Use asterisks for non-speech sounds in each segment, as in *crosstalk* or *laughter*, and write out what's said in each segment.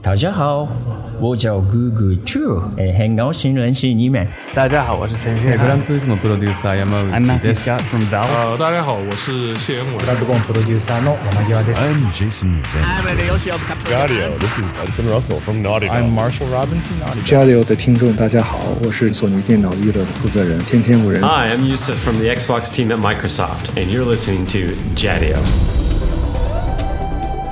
大家好，我叫 Google Chu，哎，很高兴认识你们。大家好，我是陈旭グランツーリスモプロデューサー山 I'm 内 Matthew です。 Scott from Valve。呃，大家好，我是谢元伟。 I'm Jason Van. Jadio 的听众，大家好，我是索尼电脑娱乐的负责人天天五人。 Hi, I'm Yusuf from the Xbox team at Microsoft, and you're listening to Jadio.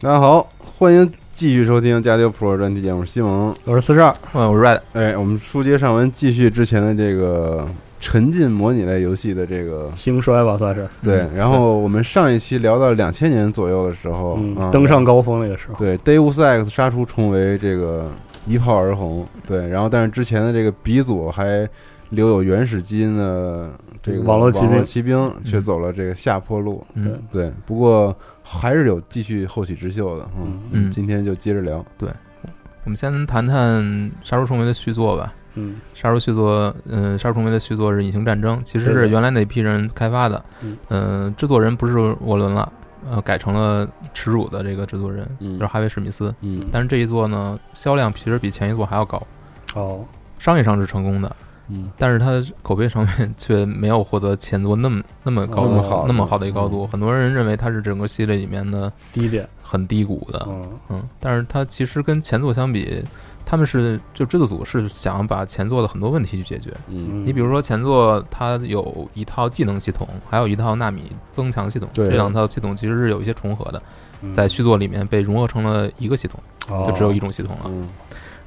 大家好，欢迎继续收听《加六 Pro》专题节目，我是西蒙。我是四十二，嗯，我是 Red。哎，我们书接上文，继续之前的这个沉浸模拟类游戏的这个兴衰吧，算是对。然后我们上一期聊到两千年左右的时候，嗯啊登上高峰那个时候。对《Deus Ex》杀出重围，这个一炮而红。对，然后但是之前的这个鼻祖还留有原始基因的这个网络骑兵嗯网骑兵却走了这个下坡路。嗯，对，不过还是有继续后起之秀的。嗯，嗯今天就接着聊。我们先谈谈《杀出重围》的续作吧。嗯， 《杀出续作》嗯，《杀出重围》的续作是《隐形战争》，其实对是对原来那批人开发的。嗯嗯，制作人不是沃伦了，呃，改成了耻辱的这个制作人，嗯就是哈维·史密斯。嗯，但是这一作呢，销量其实比前一作还要高，哦，商业上是成功的，嗯。但是它口碑上面却没有获得前作那么那么高那的、么好那么好的一个高度。很多人认为它是整个系列里面的低点，很低谷的，嗯，嗯，但是它其实跟前作相比，他们是就制作组是想把前作的很多问题去解决。嗯，你比如说前作它有一套技能系统，还有一套纳米增强系统，对这两套系统其实是有一些重合的，嗯在续作里面被融合成了一个系统，哦就只有一种系统了。嗯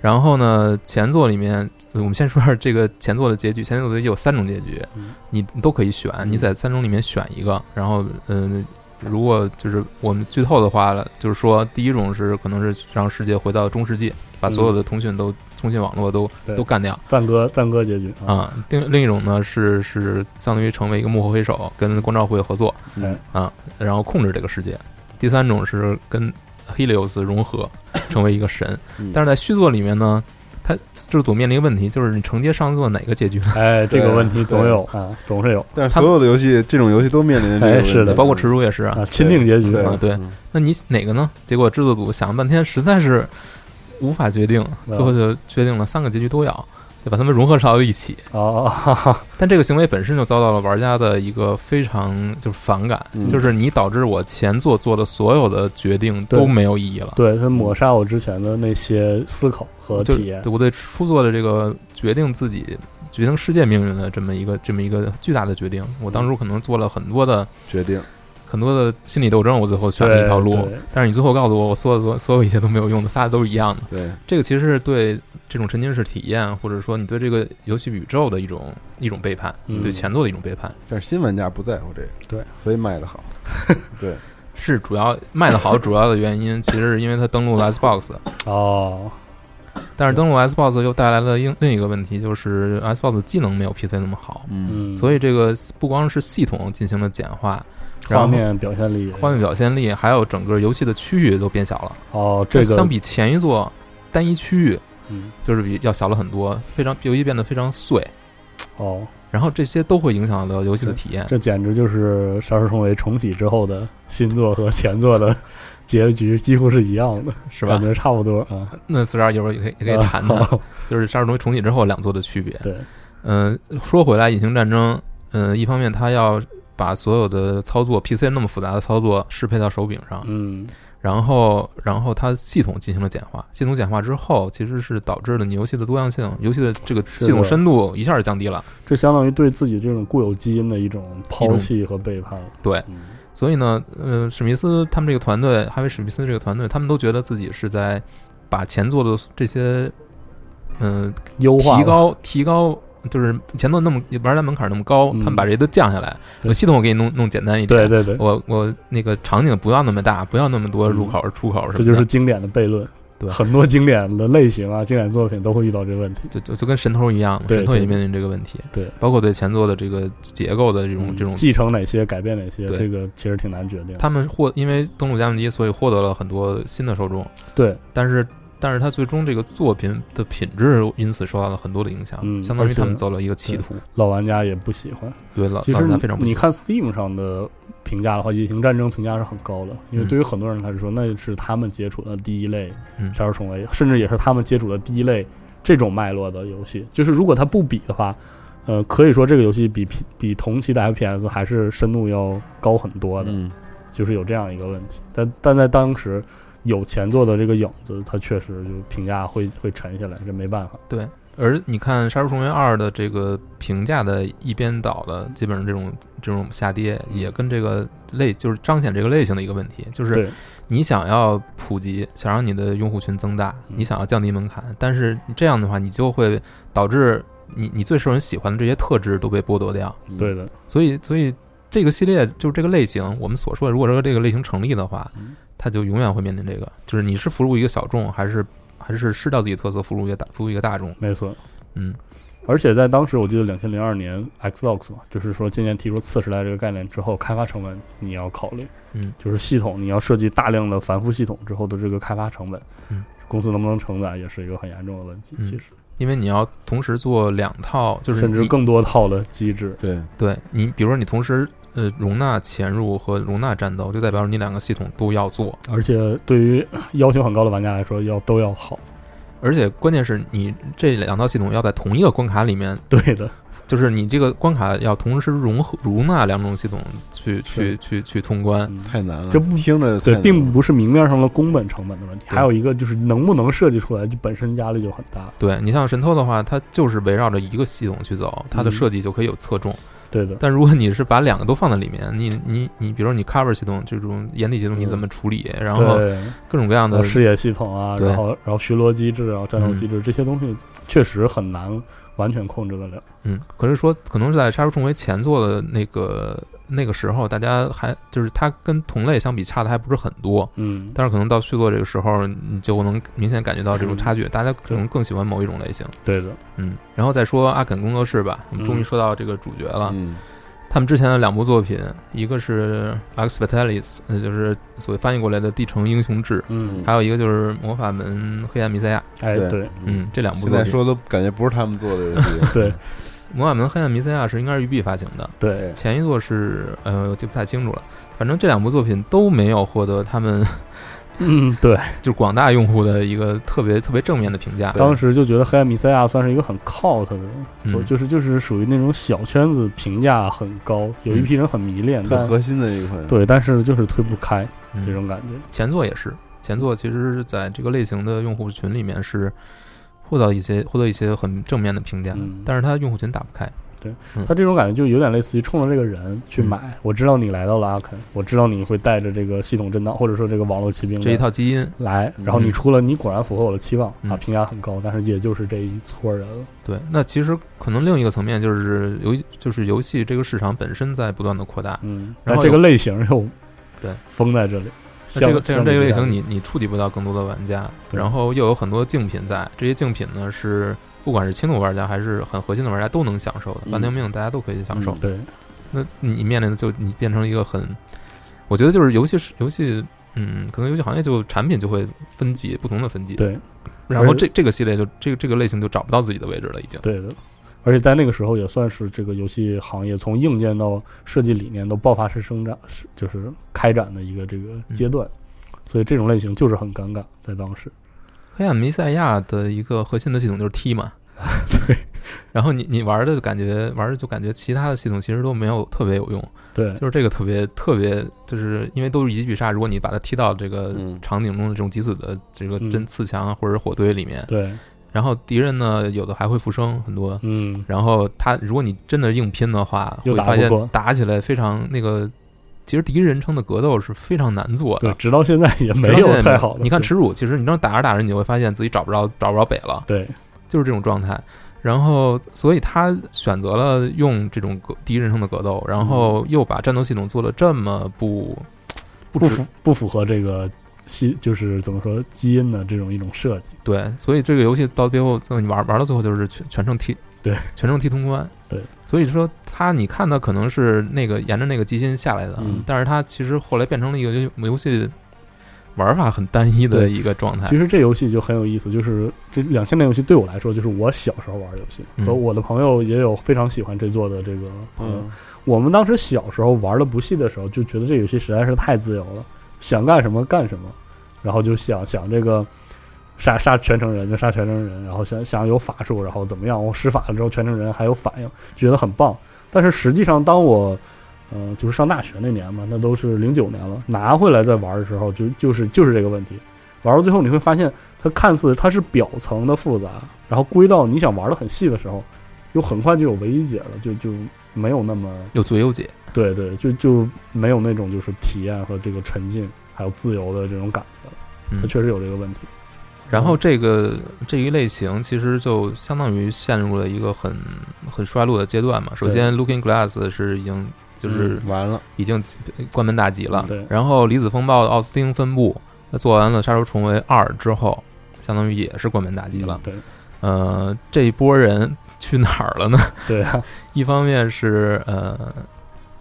然后呢，前作里面我们先说说这个前作的结局，前作的结局有三种结局嗯，你都可以选，你在三种里面选一个，然后嗯。如果就是我们剧透的话了，就是说，第一种是可能是让世界回到中世纪，把所有的通讯都、通讯网络都对都干掉赞歌赞歌结局啊，啊。另另一种呢是是相当于成为一个幕后黑手，跟光照会合作哎啊，然后控制这个世界。第三种是跟 Helios 融合，成为一个神。嗯但是在续作里面呢，它制作面临一个问题，就是你承接上作哪个结局呢？哎，这个对问题总有啊，总是有但是他所有的游戏，这种游戏都面临这个哎问题是的包括耻辱也是啊啊，。钦定结局对啊对嗯那你哪个呢？结果制作组想了半天，实在是无法决定，最后就决定了三个结局都要，就把它们融合到一起。哦， *laughs* 哈哈但这个行为本身就遭到了玩家的一个非常就是反感，嗯就是你导致我前作做的所有的决定都对没有意义了。对他抹杀我之前的那些思考和就体验对，我对初作的这个决定自己决定世界命运的这么一个这么一个巨大的决定，我当嗯初可能做了很多的决定，很多的心理斗争，我最后选了一条路对对。但是你最后告诉我，我所有所所有一切都没有用的，仨都是一样的。对，这个其实是对这种沉浸式体验，或者说你对这个游戏宇宙的一种一种背叛，嗯对前作的一种背叛，但是新玩家不在乎这个，对，所以卖的好，对，是主要卖的好主要的原因，其实是因为它登陆了 Xbox，哦，但是登陆 Xbox 又带来了另另一个问题，就是 Xbox 技能没有 PC 那么好，嗯，嗯，所以这个不光是系统进行了简化，然画后面表现力，画面表现力，还有整个游戏的区域都变小了。哦，这个相比前一座单一区域嗯就是比要小了很多，非常游戏变得非常碎，哦，然后这些都会影响到游戏的体验。这简直就是《杀出重围》重启之后的新作和前作的结局几乎是一样的，是吧感觉差不多啊。那四十二一会儿也可以也可以谈谈， *laughs* 就是《杀手重重启之后两座的区别。对，嗯、说回来，《隐形战争》嗯、一方面它要把所有的操作 PC 那么复杂的操作适配到手柄上，嗯，然后然后它系统进行了简化，系统简化之后其实是导致了你游戏的多样性，游戏的这个是的系统深度一下就降低了。这相当于对自己这种固有基因的一种抛弃和背叛了。对，嗯所以呢，呃，史密斯他们这个团队，哈维史密斯这个团队，他们都觉得自己是在把前作的这些，嗯、优化提了高提高就是以前都那么玩家门槛那么高，嗯他们把这些都降下来，对我系统我给你弄弄简单一点，对对对，我我那个场景不要那么大，不要那么多入口、出口什么的，这就是经典的悖论。对很多经典的类型啊，经典作品都会遇到这个问题。就就就跟神偷一样嘛，对神偷也对面临这个问题，对，包括对前作的这个结构的这种这种嗯继承哪些，改变哪些，对这个其实挺难决定的。他们获因为登陆加密机，所以获得了很多新的受众，对，但是但是他最终这个作品的品质因此受到了很多的影响，嗯相当于他们而且走了一个歧途。老玩家也不喜欢。对了，其老实实他非常不你喜看 Steam 上的评价的话，《隐形战争》评价是很高的，因为嗯对于很多人来说，那是他们接触的第一类嗯《杀手重围》，甚至也是他们接触的第一类这种脉络的游戏。就是如果它不比的话，呃，可以说这个游戏比比同期的 FPS 还是深度要高很多的，嗯，就是有这样一个问题。但但在当时有前作的这个影子，它确实就评价会会沉下来，这没办法。对。而你看《杀出重围二》的这个评价的一边倒的，基本上这种这种下跌，嗯也跟这个类就是彰显这个类型的一个问题，就是对，你想要普及，想让你的用户群增大，嗯你想要降低门槛，但是这样的话，你就会导致你你最受人喜欢的这些特质都被剥夺掉。嗯对的，所以，所以这个系列就是这个类型，我们所说的，如果说这个类型成立的话嗯，它就永远会面临这个，就是你是服务一个小众，还是还是失掉自己特色，服务一个大服务一个大众。没错。嗯，而且在当时，我记得两千零二年 Xbox 嘛，就是说今年提出次时代这个概念之后，开发成本你要考虑，嗯，就是系统你要设计大量的繁复系统之后的这个开发成本，嗯，公司能不能承载也是一个很严重的问题，嗯其实，因为你要同时做两套，就是甚至你更多套的机制，对，对你，比如说你同时呃容纳潜入和容纳战斗，就代表你两个系统都要做。而且对于要求很高的玩家来说，要都要好，嗯而且关键是你这两套系统要在同一个关卡里面，对的，就是你这个关卡要同时融合容纳两种系统去去是去去通关。嗯太难了，这不听着太对，难并了不是明面上的工本成本的问题，还有一个就是能不能设计出来，就本身压力就很大，对你像神偷的话，它就是围绕着一个系统去走，它的嗯设计就可以有侧重。对的，但如果你是把两个都放在里面，你你你，比如说你 cover 系统这种掩体系统你怎么处理，然后嗯对。各种各样的呃视野系统啊，对嗯然后然后巡逻机制啊，战斗机制、这些东西确实很难完全控制得了。嗯，可是说可能是在《杀出重围》前做的那个那个时候，大家还就是它跟同类相比差的还不是很多，嗯，但是可能到续作这个时候，你就能明显感觉到这种差嗯距，大家可能对更喜欢某一种类型。对的，嗯，然后再说阿肯工作室吧，我们终于嗯说到这个主角了。嗯，他们之前的两部作品，一个是《Ex Fatalis》，呃，就是所谓翻译过来的《地城英雄志》，嗯，还有一个就是《魔法门黑暗弥赛亚》。哎，对对，嗯，这两部现作在品，说都感觉不是他们做的游戏， *laughs* 对魔法门黑暗弥赛亚》是应该是育碧发行的，对，前一座是呃，我记不太清楚了。反正这两部作品都没有获得他们嗯，对，就是广大用户的一个特别特别正面的评价。当时就觉得《黑暗弥赛亚》算是一个很 cult 的，就嗯就是就是属于那种小圈子评价很高，嗯有一批人很迷恋，很但核心的一款，对，但是就是推不开嗯这种感觉。前作也是，前作其实是在这个类型的用户群里面是获到一些获得一些很正面的评价，嗯但是它用户群打不开。他这种感觉就有点类似于冲着这个人去嗯买，我知道你来到了阿肯，我知道你会带着这个系统震荡或者说这个网络骑兵这一的套基因，来，然后你嗯出了，你果然符合我的期望啊，嗯评价很高，但是也就是这一撮人了。对，那其实可能另一个层面就是游就是游戏这个市场本身在不断的扩大，嗯，然但后这个类型又对封在这里，那这个像这像样这个类比较嗯型你你触及不到更多的玩家，对然后又有很多竞品在，这些竞品呢是不管是轻度玩家还是很核心的玩家都能享受的，嗯半条命大家都可以享受。嗯对那你面临的就你变成一个很，我觉得就是游戏是游戏，嗯，可能游戏行业就产品就会分级不同的分级，对然后而这这个系列就这个这个类型就找不到自己的位置了，已经。对的。而且在那个时候，也算是这个游戏行业从硬件到设计理念都爆发式生长，是就是开展的一个这个阶段，嗯所以这种类型就是很尴尬，在当时。黑暗弥赛亚的一个核心的系统就是 T *laughs* 嘛，对然后你你玩的就感觉玩的就感觉其他的系统其实都没有特别有用，对就是这个特别特别，就是因为都是一击必杀，如果你把它踢到这个嗯场景中的这种极死的这个嗯针刺墙或者火堆里面，对，然后敌人呢有的还会复生很多，嗯，然后他如果你真的硬拼的话，会又打不发现过打起来非常那个，其实第一人称的格斗是非常难做对的，，直到现在也没直到有现在太好的。你看对耻辱，其实你知道打着打着，你就会发现自己找不着找不着北了，对就是这种状态。然后所以他选择了用这种格第一人称的格斗，然嗯后又把战斗系统做的这么不不符不符合这个基就是怎么说基因的这种一种设计。对，所以这个游戏到最后，最后你玩玩到最后就是全全程踢，对，全程踢通关。对，所以说他你看他可能是那个沿着那个基因下来的，啊嗯但是他其实后来变成了一个游戏游戏玩法很单一的对一个状态其。实这游戏就很有意思，就是这两千年游戏对我来说，就是我小时候玩游戏，嗯和我的朋友也有非常喜欢这座的这个呃朋友。嗯我们当时小时候玩的不细的时候，就觉得这游戏实在是太自由了，想干什么干什么，然后就想想这个杀杀全城人就杀全城人，然后想想有法术，然后怎么样，我施法了之后全城人还有反应，觉得很棒。但是实际上，当我嗯、呃就是上大学那年嘛，那都是零九年了，拿回来再玩的时候，就就是就是这个问题。玩到最后，你会发现它看似它是表层的复杂，然后归到你想玩的很细的时候，又很快就有唯一解了，就就没有那么有左有解，对对，就就没有那种就是体验和这个沉浸还有自由的这种感觉了。嗯它确实有这个问题。然嗯后这个这一类型其实就相当于陷入了一个很很衰落的阶段嘛。首先，Looking Glass 是已经就是嗯完了，已经关门大吉了。对然后离子风暴的奥斯汀分部他做完了《杀出重围二》之后，相当于也是关门大吉了。对呃，这一波人去哪儿了呢？ *laughs* 对啊，一方面是呃，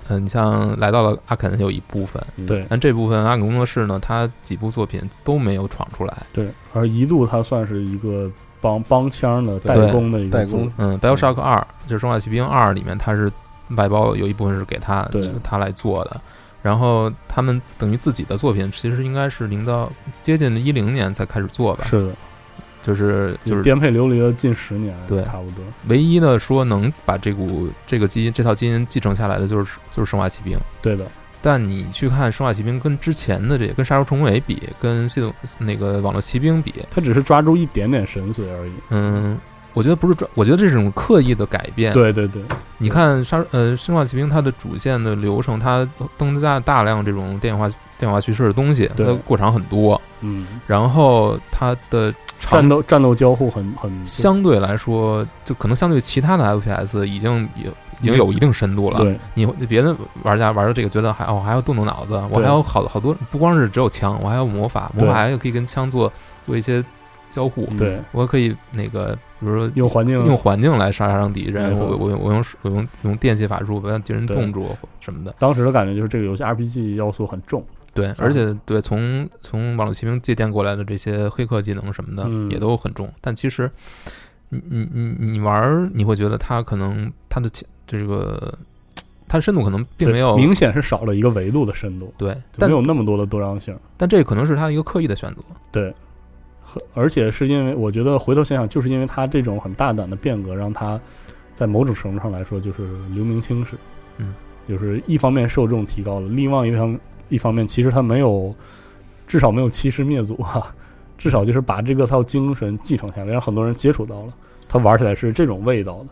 呃，你像来到了阿肯有一部分，对但这部分阿肯工作室呢，他几部作品都没有闯出来。对，而一度它算是一个帮帮腔的代对工的一个代作工嗯，《BioShock 二》就是《生化奇兵二》里面，它是外包有一部分是给他对就是他来做的。然后他们等于自己的作品，其实应该是零到接近一零年才开始做吧，是的，就是就是颠沛流离了近十年，对差不多。唯一的说能把这股这个基因这套基因继承下来的就是就是《生化奇兵》。对的，但你去看《生化奇兵》跟之前的这跟《杀出重围》比，跟系统那个《网络奇兵》比，它只是抓住一点点神髓而已。嗯，我觉得不是专，我觉得这是种刻意的改变。对对对，你看杀呃《生化奇兵》它的主线的流程，它增加大量这种电影化电影化叙事的东西，它对的过场很多，嗯，然后它的长战斗战斗交互很很相对来说，就可能相对其他的 FPS 已经有已经有一定深度了。对你你别的玩家玩到这个，觉得还哦还要动动脑子，我对还有好好多，不光是只有枪，我还有魔法，魔对法还可以跟枪做做一些交互，对，我可以那个比如说用环境嗯用环境来杀杀伤敌人没，错我我用我用我用用电系法术把敌人对冻住什么的。当时的感觉就是这个游戏 RPG 要素很重。对，而且对从从网络骑兵借鉴过来的这些黑客技能什么的、嗯也都很重，但其实你你你你玩儿你会觉得它可能它的其这个它的深度可能并对没有明显是少了一个维度的深度，对，就但没有那么多的多样性。但这可能是它一个刻意的选择。和而且是因为我觉得回头想想，就是因为它这种很大胆的变革，让它在某种程度上来说就是留名青史。嗯，就是一方面受众提高了，另外一方一方面其实它没有，至少没有欺师灭祖啊， *laughs* 至少就是把这个套精神继承下来，让很多人接触到了，它玩起来是这种味道的。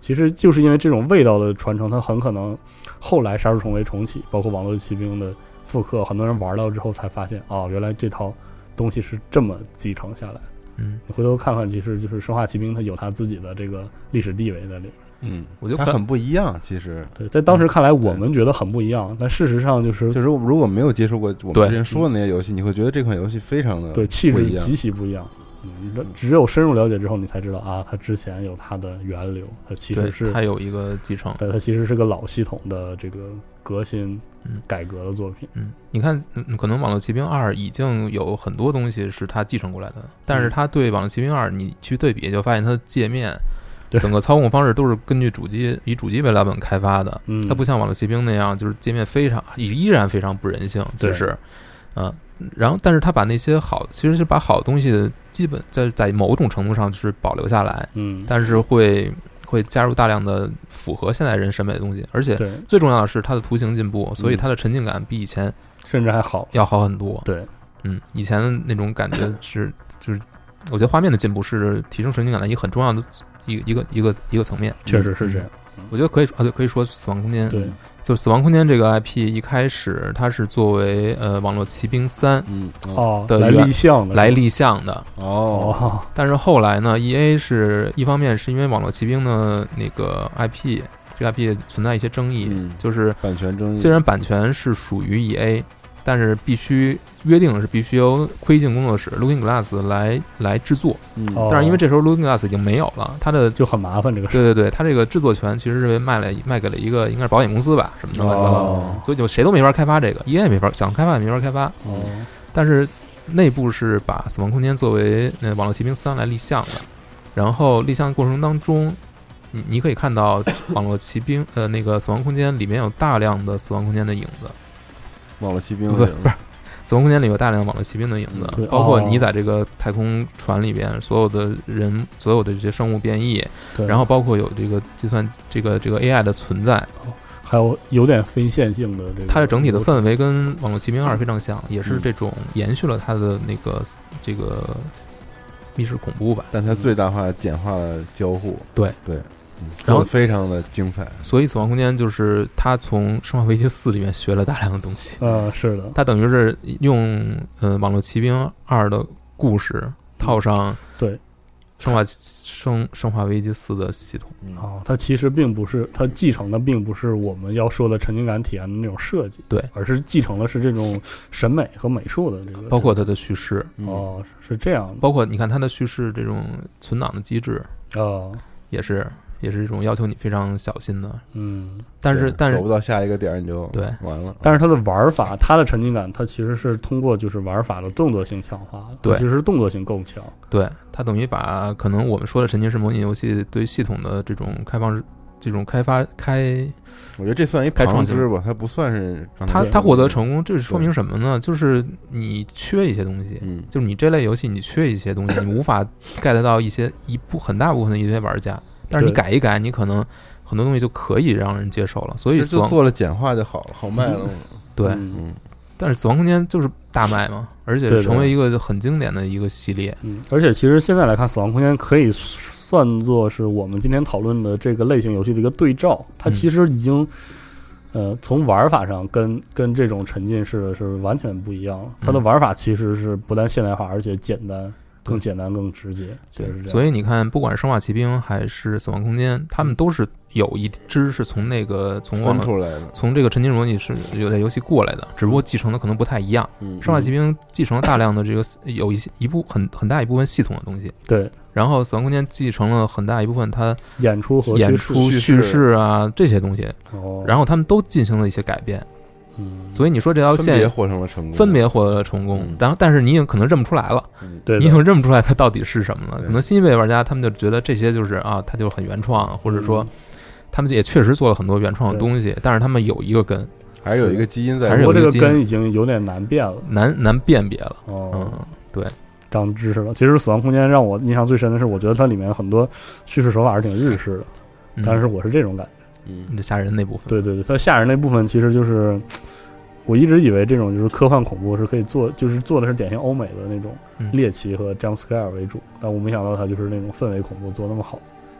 其实就是因为这种味道的传承，它很可能后来《杀出重围》重启，包括《网络骑兵》的复刻，很多人玩到之后才发现，哦，原来这套东西是这么继承下来的。嗯，你回头看看，其实就是《生化奇兵》，它有它自己的这个历史地位在里面。嗯，我就它看很不一样。其实对，在当时看来，我们觉得很不一样，但事实上就是就是如果没有接触过我对们之前说的那些游戏，你会觉得这款游戏非常的对气不质一样极其不一样。嗯，这只有深入了解之后，你才知道啊，它之前有它的源流，它其对实是它有一个继承。对它其实是个老系统的这个革新嗯改革的作品。嗯，你看，嗯，可能《网络骑兵二》已经有很多东西是他继承过来的，但嗯是他对《网络骑兵二》，你去对比就发现它的界面，对整个操控方式都是根据主机以主机为蓝本开发的，嗯，它不像《网络骑兵》那样，就是界面非常依然非常不人性，其对实，嗯、然后但是他把那些好，其实是把好东西基本在在某种程度上就是保留下来，嗯，但是会会加入大量的符合现代人审美的东西，而且对，最重要的是它的图形进步，所以嗯它的沉浸感比以前。甚至还好。要好很多。对，嗯，以前的那种感觉是， *clears throat* 就是我觉得画面的进步是提升沉浸感的一个很重要的一一个一个一个层面。确实是这样。我觉得可以说啊，对，可以说《死亡空间》对，就《死亡空间》这个 IP 一开始它是作为呃《网络骑兵三》嗯，哦，的来原立项的来立项的，哦，哦，但是后来呢，E A 是一方面是因为《网络骑兵》的那个 I P，这个 I P 存在一些争议，嗯就是版权争议，虽然版权是属于 E A，但是必须约定是必须由窥镜工作室 Looking Glass 来来制作，嗯哦但是因为这时候 Looking Glass 已经没有了，它的就很麻烦这个事对对对，它这个制作权其实是卖了卖给了一个应该是保险公司吧，什么的乱七八糟的，哦所以就谁都没法开发这个，E A 也没法想开发也没法开发，哦，但是内部是把《死亡空间》作为呃《网络骑兵三》来立项的。然后立项过程当中，你你可以看到《网络骑兵》呃那个《死亡空间》里面有大量的《死亡空间》的影子，网络骑兵不是不是，《死亡空间》里有大量《网络骑兵》的影嗯子对，包括哦你在这个太空船里边所有的人、所有的这些生物变异，对，然后包括有这个计算这个这个 AI 的存在，还有有点分线性的这个，它的整体的氛围跟《网络骑兵二》非常像，也嗯是这种延续了它的那个这个密室恐怖吧。但它最大化简化了交互，对对，嗯然后做得非常的精彩，所以《死亡空间》就是他从《生化危机四》里面学了大量的东西，呃，是的，他等于是用呃《网络骑兵二》的故事嗯套上对生化生生化危机四的系统，嗯啊，它其实并不是它继承的，并不是我们要说的沉浸感体验的那种设计，对而是继承的是这种审美和美术的这个，包括嗯这它的叙事，个哦，是是这样的，包括你看它的叙事这种存档的机制，哦，也是也是一种要求你非常小心的。嗯，但是对但是走不到下一个点儿你就对完了，但是它的玩法，它的沉浸感，它其实是通过就是玩法的动作性强化的，对它其实是动作性更强，对，它等于把可能我们说的沉浸式模拟游戏对系统的这种开放、这种开发开，我觉得这算一开创旁性支吧，它不算是刚才它说它的获得成功，这是说明什么呢？就是你缺一些东西，嗯就是你这类游戏你缺一些东西，你无法 get 到一些一部很大部分的一些玩家，但是你对改一改，你可能很多东西就可以让人接受了。所其以实死就亡做了简化就好了，好卖了，对，嗯嗯，但是死亡空间就是大卖嘛，而且对对成为一个很经典的一个系列。嗯，而且其实现在来看，《死亡空间》可以算作是我们今天讨论的这个类型游戏的一个对照。它嗯其实已经，呃，从玩法上跟跟这种沉浸式的是完全不一样了。它的嗯玩法其实是不但现代化，而且简单，对更简单，更直接，就是这样。所以你看，不管是《生化奇兵》还是《死亡空间》，他们都是有一支是从那个从网分络出来的，从这个沉浸式模拟是有在游戏过来的，只不过继承的可能不太一样。嗯， 《生化奇兵》继承了大量的这个有一些一部很很大一部分系统的东西，对然后《死亡空间》继承了很大一部分它演出和演叙事，叙出、叙事事啊这些东西，哦，然后他们都进行了一些改变。嗯，所以你说这条分别线获成了成功，分别获得了成功嗯，然后但是你也可能认不出来了，嗯对你的已经认不出来它到底是什么了。对可能新一辈玩家他们就觉得这些就是啊，它就很原创，或者说嗯他们也确实做了很多原创的对东西，但是他们有一个根还是有一个基因在，还是不有过这一个个基因根已经有点难辨了。难难辨别了。哦，嗯，长知识了。其实《死亡空间》让我印象最深的是，我觉得它里面很多叙事手法是挺日式的，嗯但是我是这种感觉。嗯你吓人那部分，对对对，它吓人那部分其实就是，我一直以为这种就是科幻恐怖是可以做，就是做的是典型欧美的那种嗯猎奇和 jump scare 为主，但我没想到它就是那种氛围恐怖做得那么好。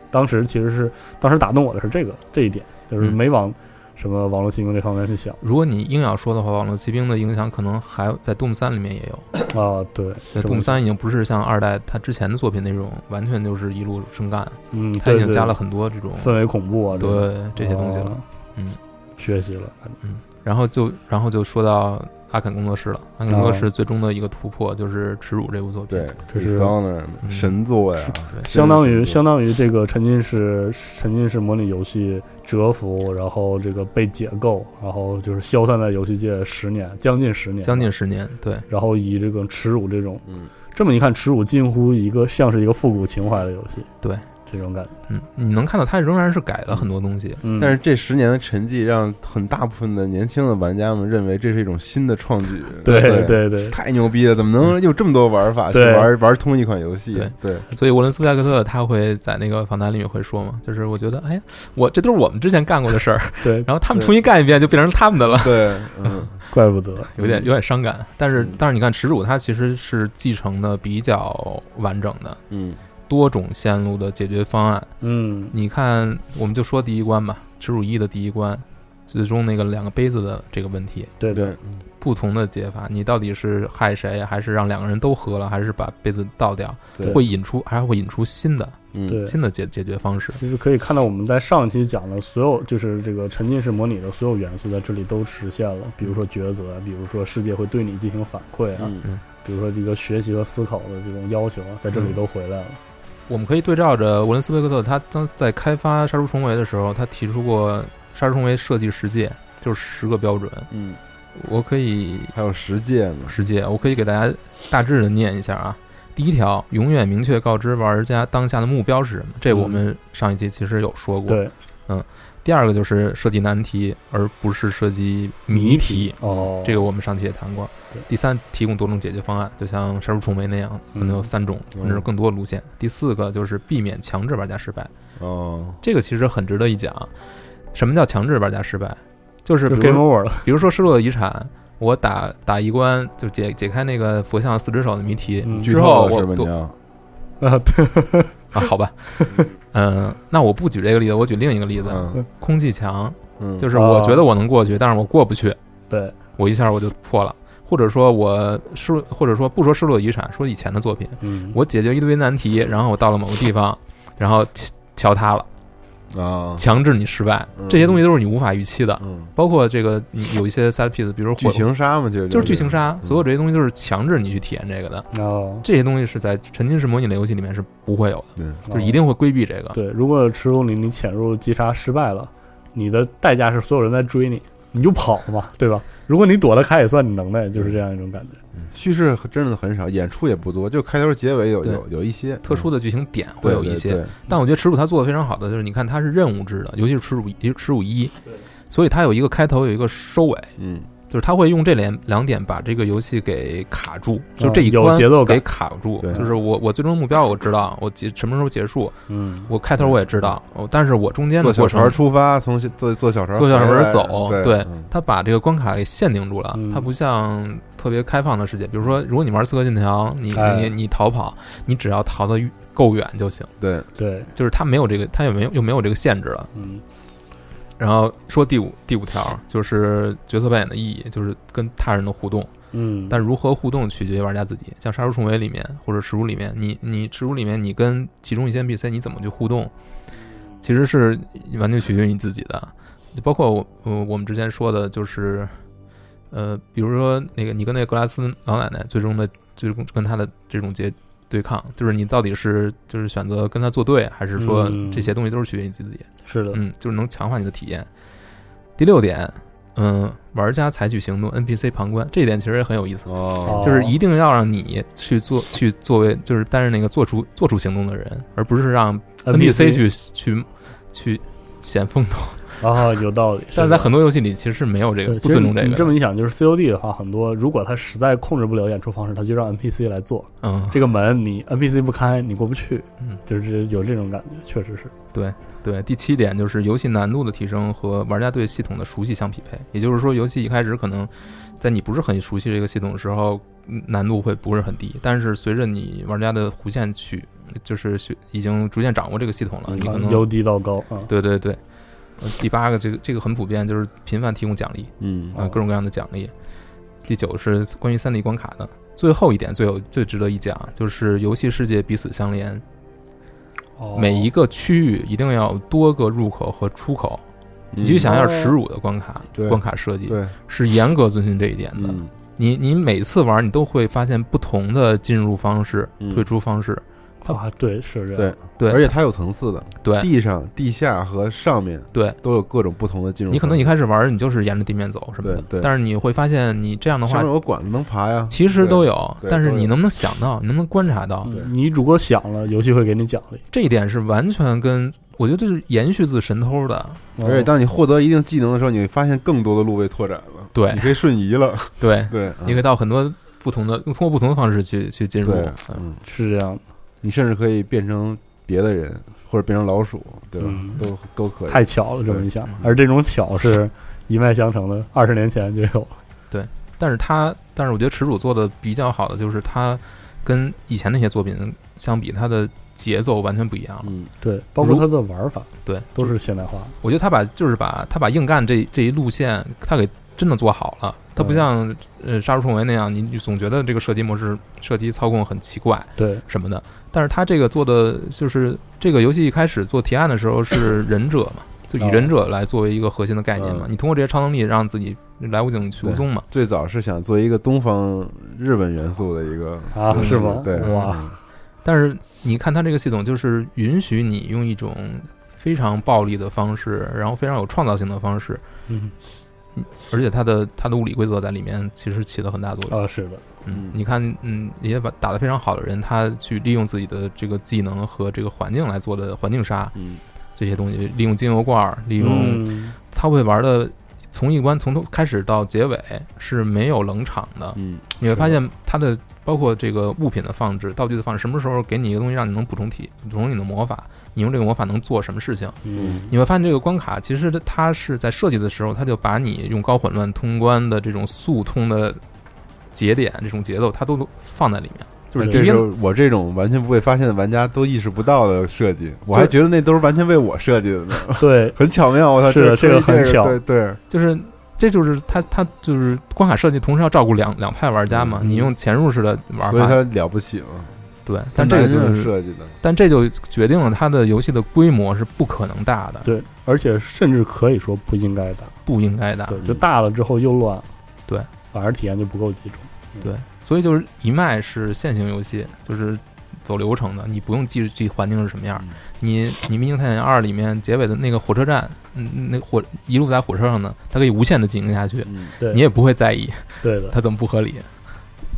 当时其实是当时打动我的是这个这一点，就是嗯没往什么网络新闻这方面去想如果你硬要说的话，《网络骑兵》的影响可能还在《Doom 三》里面也有。啊。对，对，《这么 Doom 三》想已经不是像二代它之前的作品那种，完全就是一路升干，嗯，它对已经对加了很多这种氛围恐怖啊，种对这些东西了哦。嗯，学习了，嗯，然后就然后就说到阿肯工作室了。阿肯工作哦室最终的一个突破就是《耻辱》这部作品对。，这是 Dishonored，嗯神作呀，相当于真是相当于这个沉浸式沉浸式模拟游戏蛰伏，然后这个被解构，然后就是消散在游戏界十年，将近十年，将近。十年，对，然后以这个耻辱这种，嗯，这么一看，耻辱近乎一个像是一个复古情怀的游戏，对这种感觉。嗯，你能看到它仍然是改了很多东西，嗯，但是这十年的沉寂，让很大部分的年轻的玩家们认为这是一种新的创举，对对对对，太牛逼了！怎么能有这么多玩法去对玩玩通一款游戏？对对，嗯所以沃伦斯派克特他会在那个访谈里面会说嘛，就是我觉得，哎呀，我这都是我们之前干过的事儿， *laughs* 对然后他们重新干一遍就变成他们的了， *laughs* 对，嗯，怪不得。有点有点伤感。但是嗯但是你看，耻辱它其实是继承的比较完整的嗯，多种线路的解决方案。嗯，你看，我们就说第一关吧，耻辱一的第一关，最终那个两个杯子的这个问题，对对，不同的解法，你到底是害谁，还是让两个人都喝了，还是把杯子倒掉，对会引出还会引出新的嗯对新的解解决方式。就是可以看到我们在上一期讲的所有，就是这个沉浸式模拟的所有元素在这里都实现了，比如说抉择，比如说世界会对你进行反馈啊，嗯比如说这个学习和思考的这种要求啊，在这里都回来了。我们可以对照着沃伦斯贝克特，他当在开发《杀出重围》的时候，他提出过《杀出重围》设计十戒，就是十个标准。嗯，我可以还有十届呢，十戒，我可以给大家大致的念一下啊。第一条，永远明确告知玩家当下的目标是什么，这我们上一期其实有说过。嗯对，第二个就是设计难题，而不是设计谜题。嗯哦，这个我们上期也谈过对。第三，提供多种解决方案，就像杀出重围那样，可能有嗯三种嗯甚至更多的路线。第四个就是避免强制玩家失败，哦，这个其实很值得一讲。啊什么叫强制玩家失败？就是就比如 game 说 over 了。比如说失落的遗产，我打打一关就解解开那个佛像四只手的谜题嗯剧之透后，了我是吧？你躲要 *laughs* 啊，对，啊，*laughs* 好吧，嗯，那我不举这个例子，我举另一个例子，嗯空气墙，嗯，就是哦我觉得我能过去，但是我过不去，对，我一下我就破了。或者说我失，或者说不说失落的遗产，说以前的作品，嗯，我解决一堆难题，然后我到了某个地方，然 *laughs* 后桥桥塌了，啊，强制你失败嗯，这些东西都是你无法预期的，嗯，包括这个你有一些 side piece，比如剧火情杀嘛，就是嗯就是剧情杀，所有这这些东西都是强制你去体验这个的。哦，这些东西是在沉浸式模拟的游戏里面是不会有对的，就是一定会规避这个。哦对。如果池中里你潜入击杀失败了，你的代价是所有人在追你，你就跑 *laughs* 嘛，对吧？如果你躲得开也算你能耐，就是这样一种感觉。叙事真的很少，演出也不多，就开头结尾有对有有一些嗯特殊的的剧情点会有一些，，但我觉得耻辱他做的非常好的就是，你看他是任务制的，尤其是耻辱一、耻辱一，所以他有一个开头，有一个收尾，嗯就是他会用这两两点把这个游戏给卡住，就嗯这一有关节奏感给卡住对。就是我我最终目标我知道，我结什么时候结束，嗯，我开头我也知道，哦但是我中间坐的小过船程。出发，从坐坐小船坐小回来船走，对嗯对，他把这个关卡给限定住了嗯。它不像特别开放的世界，比如说，如果你玩《刺客信条》，你哎你你逃跑，你只要逃得够远就行。对，对，就是它没有这个，它也没有又没有这个限制了。嗯，然后说第五第五条就是角色扮演的意义，就是跟他人的互动，嗯，但如何互动取决于玩家自己。像《杀出重围》里面或者《耻辱》里面，你你《耻辱》里面你跟其中一些 NPC 你怎么去互动，其实是完全取决于你自己的。就包括我我我们之前说的，就是呃，比如说那个你跟那个格拉斯老奶奶最终的最终跟他的这种结对抗，就是你到底是就是选择跟他作对，还是说嗯这些东西都是取决于你自己。是的，嗯，就是能强化你的体验。第六点，嗯，玩家采取行动，NPC 旁观，这一点其实也很有意思，哦，就是一一定要让你去做，去作为就是担任那个做出做出行动的人，而不是让 NPC 去去去显风头。啊，有道理。但是的在很多游戏里其实是没有这个对，不尊其重这实你个你这的。么一想，就是 COD 的话，很多如果他实在控制不了演出方式，他就让 NPC 来做嗯，这个门，你 NPC 不开，你过不去，嗯就是有这种感觉，确实是。对。第七点就是游戏难度的提升和玩家对系统的熟悉相匹配，也就是说，游戏一开始可能在你不是很熟悉这个系统的时候，嗯难度会不是很低，但是随着你玩家的弧线去，就是学已经逐渐掌握这个系统了，你嗯可能由低到高啊，对对对。呃第八个，这个这个很普遍，就是频繁提供奖励嗯啊、各种各样的奖励。第九是关于三 D 关卡的。最后一点最有最值得一讲，就是游戏世界彼此相连，哦每一个区域一定要有多个入口和出口。你去想一下耻辱的关卡，嗯对关卡设计嗯对，是严格遵循这一点的。嗯你你每次玩，你都会发现不同的进入方式、嗯退出方式。啊，对，是这对样，，对，而且它有层次的，对地上、地下和上面对都有各种不同的进入方式，你可能一开始玩，你就是沿着地面走什么的，对对但是你会发现，你这样的上话面有管子能爬呀，其实都有，对对但是都你有能不能想到，你能不能观察到，嗯你如果想了，游戏会给你奖励。这一点是完全跟我觉得这是延续自神偷的。而嗯且当你获得一定技能的时候，你会发现更多的路被拓展了，对你可以瞬移了，对，对，你可以到很多不同的，通过不同的方式去去进嗯入。对，嗯嗯，是这样的，你甚至可以变成别的人，或者变成老鼠，对吧？嗯都都可以。太巧了，这么对一想，而这种巧是一脉相承的，二十年前就有了。但是他，但是我觉得耻辱做的比较好的就是他跟以前那些作品相比，他的节奏完全不一样了。嗯，对，包括它的玩法对，都是现代化。我觉得他把就是把他把硬干这这一路线，他给真的做好了。他不像呃杀出重围那样，你你总觉得这个射击模式、射击操控很奇怪对，什么的。但是他这个做的就是这个游戏一开始做提案的时候是忍者嘛，就以哦忍者来作为一个核心的概念嘛。嗯你通过这些超能力让自己来无影去无踪嘛。最早是想做一个东方日本元素的一个啊游戏是吗对，哇嗯，但是你看它这个系统，就是允许你用一种非常暴力的方式，然后非常有创造性的方式，嗯，而且它的它的物理规则在里面其实起了很大作用。啊，是的，嗯，你看，嗯，一些把打得非常好的人，他去利用自己的这个技能和这个环境来做的环境杀，嗯，这些东西，利用精油罐儿，利用嗯，他会玩的。从一关从头开始到结尾是没有冷场的，嗯，你会发现它的包括这个物品的放置、道具的放置，什么时候给你一个东西让你能补充体、补充你的魔法，你用这个魔法能做什么事情？嗯，你会发现这个关卡其实它它是在设计的时候，它就把你用高混乱通关的这种速通的节点、这种节奏，它都放在里面。就是这一时定候我这种完全不会发现的玩家都意识不到的设计，我还觉得那都是完全为我设计的呢，嗯对，很巧妙。我操，是的这这个很巧对对，就是这就是它它就是关卡设计，同时要照顾两两派玩家嘛。嗯你用潜入式的玩所以法，它了不起嘛，对，但这个它就男性是，设计的，但这就决定了它的游戏的规模是不可能大的，对，而且甚至可以说不应该打，不应该大。对，就大了之后又乱了，嗯对，反而体验就不够集中。所以就是一脉是线性游戏，就是走流程的，你不用记记环境是什么样。嗯你你《明星探险二》里面结尾的那个火车站，嗯，那火一路在火车上呢，它可以无限的进行下去，嗯对，你也不会在意对的，它怎么不合理。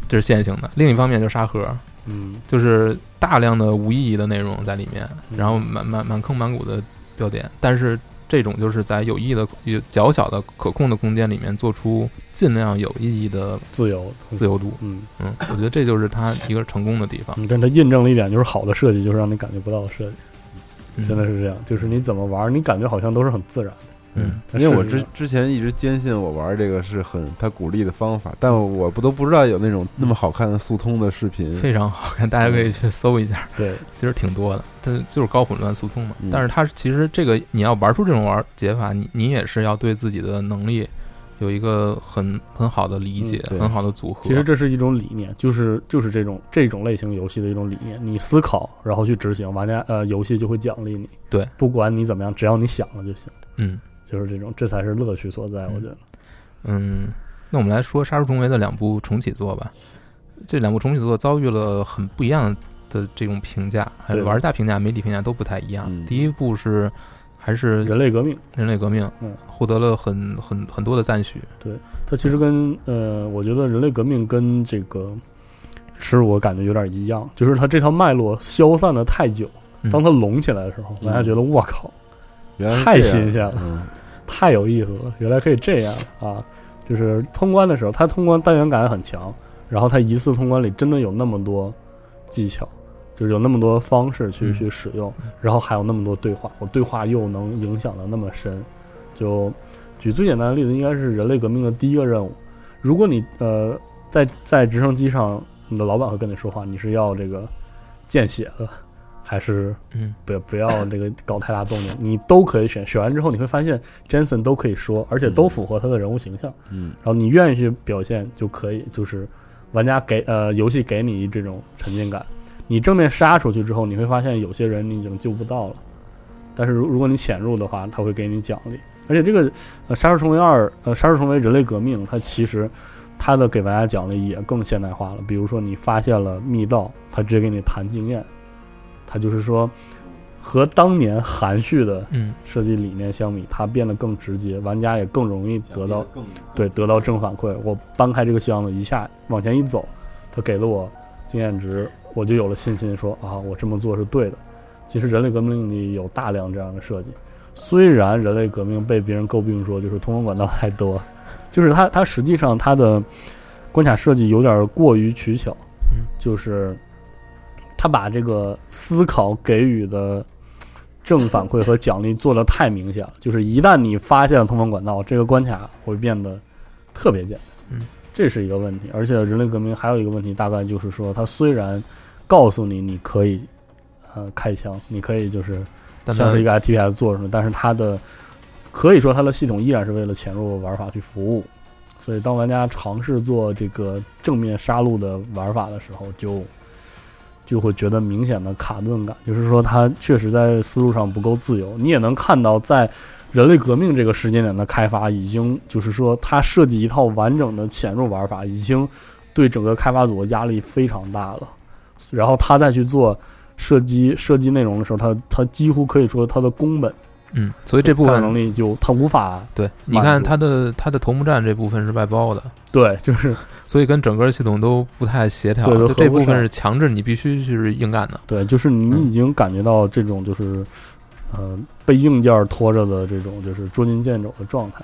这是线性的。另一方面就是沙盒，嗯，就是大量的无意义的内容在里面，嗯然后满满满坑满谷的标点，但是。这种就是在有意义的、有较小的可控的空间里面做出尽量有意义的自由，自，由度，嗯嗯，我觉得这就是它一个成功的地方。嗯，但它印证了一点，就是好的设计就是让你感觉不到的设计，嗯真的，是这样，就是你怎么玩，你感觉好像都是很自然的，嗯，但因为我事实之之前一直坚信我玩这个是很他鼓励的方法，但我不都不知道有那种那么好看的速通的视频。嗯非常好看，大家可以去搜一下，对，其实挺多的，但就是高混乱速通嘛嗯。但是它其实这个你要玩出这种玩解法，你你也是要对自己的能力有一个很很好的理解嗯，对很好的组合。其实这是一种理念，就是就是这种这种类型游戏的一种理念。你思考，然后去执行，玩家呃，游戏就会奖励你。对，不管你怎么样，只要你想了就行，嗯就是这种，这才是乐趣所在。嗯我觉得，嗯，那我们来说《杀出重围》的两部重启作吧。这两部重启作遭遇了很不一样的这种评价，还有对玩家评价、媒体评价都不太一样。嗯第一部是还是人类革命人类革命，嗯获得了很很很多的赞许。它其实跟呃，我觉得人类革命跟这个是我感觉有点一样，就是它这条脉络消散的太久，嗯当它拢起来的时候，嗯玩家觉得我靠，原来是太这样新鲜了嗯太有意思了，原来可以这样啊！就是通关的时候，它通关单元感很强，然后它一次通关里真的有那么多技巧，就是有那么多方式去、嗯去使用，然后还有那么多对话，我对话又能影响的那么深。就举最简单的例子，应该是人类革命的第一个任务。如果你呃在在直升机上，你的老板会跟你说话，你是要这个见血的，还是嗯不不要这个搞太大动静，你都可以选。选完之后，你会发现 Jensen 都可以说，而且都符合他的人物形象。嗯，然后你愿意去表现就可以，就是玩家给呃游戏给你这种沉浸感。你正面杀出去之后，你会发现有些人你已经救不到了，但是如如果你潜入的话，他会给你奖励。而且这个呃《杀出重围二》呃《杀出重围：人类革命》，它其实它的给玩家奖励也更现代化了。比如说你发现了密道，它直接给你谈经验，它就是说和当年含蓄的嗯，设计理念相比，它变得更直接，玩家也更容易得到对得到正反馈。我搬开这个箱子，一下往前一走，它给了我经验值，我就有了信心说啊，我这么做是对的。其实人类革命里有大量这样的设计，虽然人类革命被别人诟病说就是通风管道太多，就是它它实际上它的关卡设计有点过于取巧嗯，就是他把这个思考给予的正反馈和奖励做的太明显了， *laughs* 就是一旦你发现了通风管道，这个关卡会变得特别简单。嗯，这是一个问题。而且人类革命还有一个问题，大概就是说，它虽然告诉你你可以呃开枪，你可以就是但它像是一个 FPS 做出来，但是它的可以说它的系统依然是为了潜入玩法去服务。所以当玩家尝试做这个正面杀戮的玩法的时候，就就会觉得明显的卡顿感，就是说它确实在思路上不够自由。你也能看到，在人类革命这个时间点的开发，已经就是说它设计一套完整的潜入玩法，已经对整个开发组的压力非常大了。然后他再去做射击射击内容的时候，他他几乎可以说他的宫本嗯，所以这部战斗能分力就他无法对，你满看足它的它的头目战这部分是外包的，对，就是所以跟整个系统都不太协调。对都就这合不部分上是强制你必须是硬干的。对，就是你已经感觉到这种就是，呃，被硬件拖着的这种就是捉襟见肘的状态。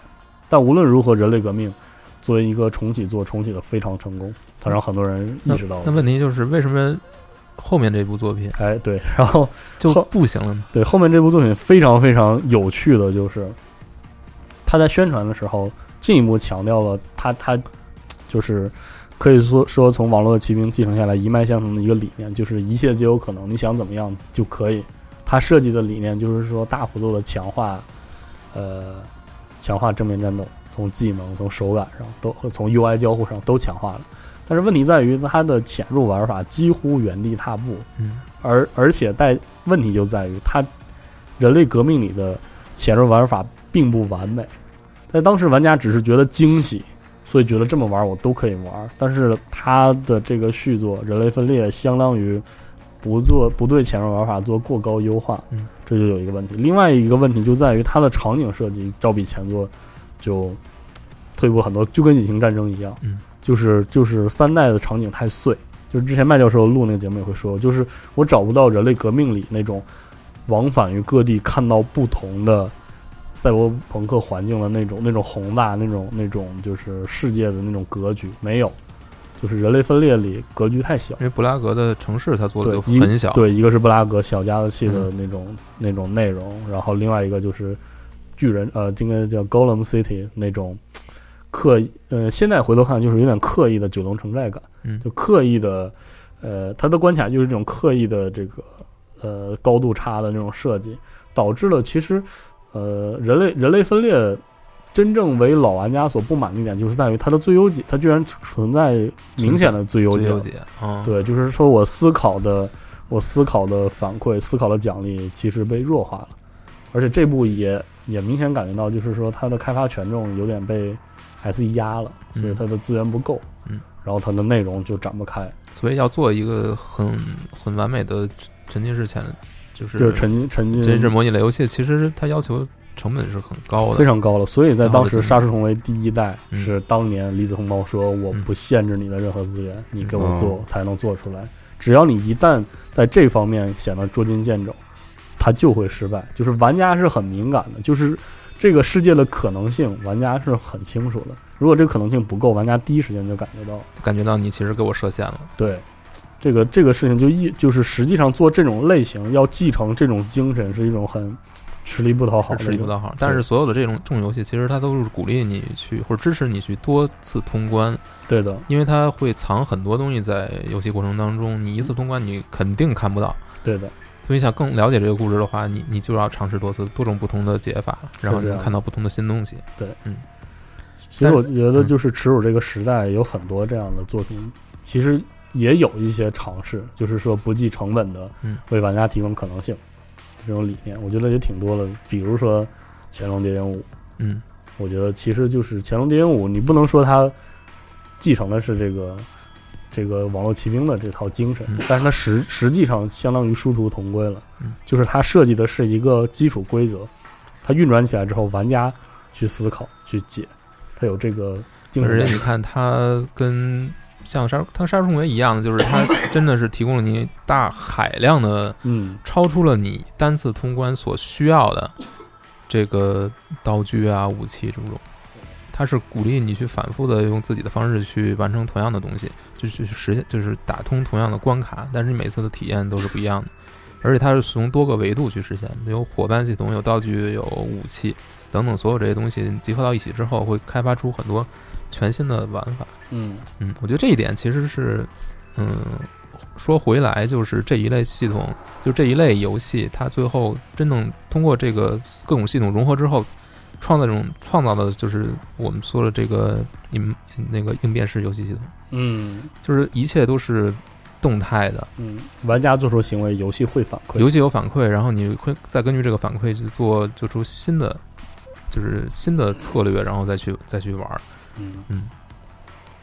但无论如何，人类革命作为一个重启做重启的非常成功，它让很多人意识到那了。问题就是为什么后面这部作品哎，对，然后就后不行了呢？对后面这部作品非常非常有趣的就是，他在宣传的时候进一步强调了他他就是可以说说从网络骑兵继承下来一脉相承的一个理念，就是一切皆有可能，你想怎么样就可以。他设计的理念就是说大幅度的强化，呃，强化正面战斗，从技能、从手感上都从 UI 交互上都强化了。但是问题在于它的潜入玩法几乎原地踏步，嗯，而而且带问题就在于它人类革命里的潜入玩法并不完美，在当时玩家只是觉得惊喜，所以觉得这么玩我都可以玩。但是它的这个续作《人类分裂》相当于不做不对潜入玩法做过高优化，嗯，这就有一个问题。另外一个问题就在于它的场景设计照比前作就退步很多，就跟《隐形战争》一样，嗯，就是就是三代的场景太碎。就是之前麦教授录那个节目也会说，就是我找不到人类革命里那种往返于各地看到不同的赛博朋克环境的那种那种宏大那种那种就是世界的那种格局没有，就是人类分裂里格局太小因。为布拉格的城市它做的对就，一很小，嗯对，一个是布拉格小家子气的那种、那种内容，然后另外一个就是巨人呃，应该叫 Golem City 那种刻意呃，现在回头看就是有点刻意的九龙城寨感，嗯就刻意的呃，它的关卡就是这种刻意的这个呃高度差的那种设计，导致了其实呃人类人类分裂。真正为老玩家所不满的一点，就是在于它的最优解，它居然存在明显的最优解纠，结啊，对，就是说我思考的，我思考的反馈、思考的奖励其实被弱化了，而且这部也也明显感觉到，就是说它的开发权重有点被 S E 压了，所以嗯它的资源不够，嗯，然后它的内容就展不开，所以要做一个很很完美的沉浸式潜，就是就是沉浸沉浸这是模拟类游戏，其实它要求成本是很高的，非常高了，所以在然后当的时《竞杀出重围》第一代嗯是当年李子红包说：“我嗯不限制你的任何资源，你给我嗯做才能做出哦来。只要你一旦在这方面显得捉襟见肘，它就会失败。就是玩家是很敏感的，就是这个世界的可能性，玩家是很清楚的。如果这个可能性不够，玩家第一时间就感觉到。感觉到你其实给我设限了，对，这个这个事情就一就是实际上做这种类型要继承这种精神是一种很吃力不讨好是的吃一力不种讨好。但是所有的这种这种游戏，其实它都是鼓励你去或者支持你去多次通关，对的。因为它会藏很多东西在游戏过程当中，你一次通关你肯定看不到。对的，所以想更了解这个故事的话，你你就要尝试多次多种不同的解法，然后是这你能样看到不同的新东西。其实但我觉得，嗯就是耻辱这个时代有很多这样的作品，其实也有一些尝试，就是说不计成本的嗯为玩家提供可能性，这种理念，我觉得也挺多的。比如说《潜龙谍影五》，嗯，我觉得其实就是《潜龙谍影五》，你不能说它继承的是这个这个网络骑兵的这套精神，嗯但是它实实际上相当于殊途同归了，嗯就是它设计的是一个基础规则，它运转起来之后，玩家去思考去解，它有这个精神而且在你。看它跟像杀它杀重围一样的，就是它真的是提供了你大海量的嗯，超出了你单次通关所需要的这个道具啊、武器这种。它是鼓励你去反复的用自己的方式去完成同样的东西，就是去实现，就是打通同样的关卡，但是你每次的体验都是不一样的，而且它是从多个维度去实现，有伙伴系统、有道具、有武器等等，所有这些东西集合到一起之后，会开发出很多全新的玩法。嗯，嗯，我觉得这一点其实是，嗯，说回来，就是这一类系统，就这一类游戏，它最后真正通过这个各种系统融合之后，创造这种创造的，就是我们说的这个应那个应变式游戏系统，嗯就是一切都是动态的，嗯，玩家做出行为，游戏会反馈，游戏有反馈，然后你会再根据这个反馈去做做出新的，就是新的策略，然后再去再去玩儿。嗯，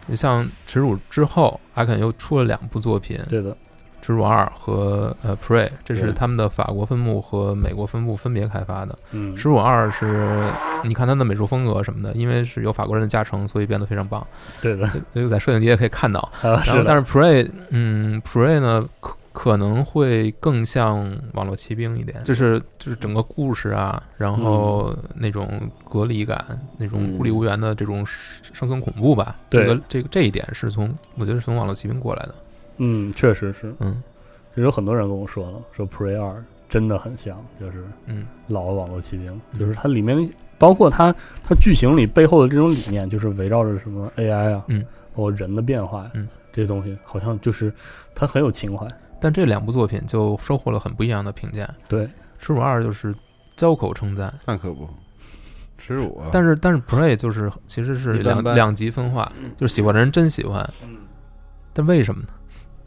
你像《耻辱》之后，阿肯又出了两部作品，《对的，耻辱二》和呃《Prey》，这是对他们的法国分部和美国分部分别开发的。嗯《耻辱二》是你看它的美术风格什么的，因为是有法国人的加成，所以变得非常棒。对的，这个在摄影节也可以看到。啊，然后 *laughs* 是，但是是 Prey，嗯，Prey 呢可可能会更像网络骑兵一点，就是就是整个故事啊，然后那种隔离感，那种孤立无援的这种生生存恐怖吧。对这个这个这一点是从我觉得是从网络骑兵过来的。嗯，确实是，嗯其实有很多人跟我说了，说 Prey 二真的很像，就是嗯老的网络骑兵，就是它里面包括它它剧情里背后的这种理念，就是围绕着什么 AI 啊，嗯，包括人的变化呀，嗯，这些东西好像就是它很有情怀，但这两部作品就收获了很不一样的评价。对， 《耻辱二》就是交口称赞，那可不，耻辱啊！但是但是 Prey 就是其实是一嗯般两般两极分化，就是喜欢的人真喜欢，但为什么呢？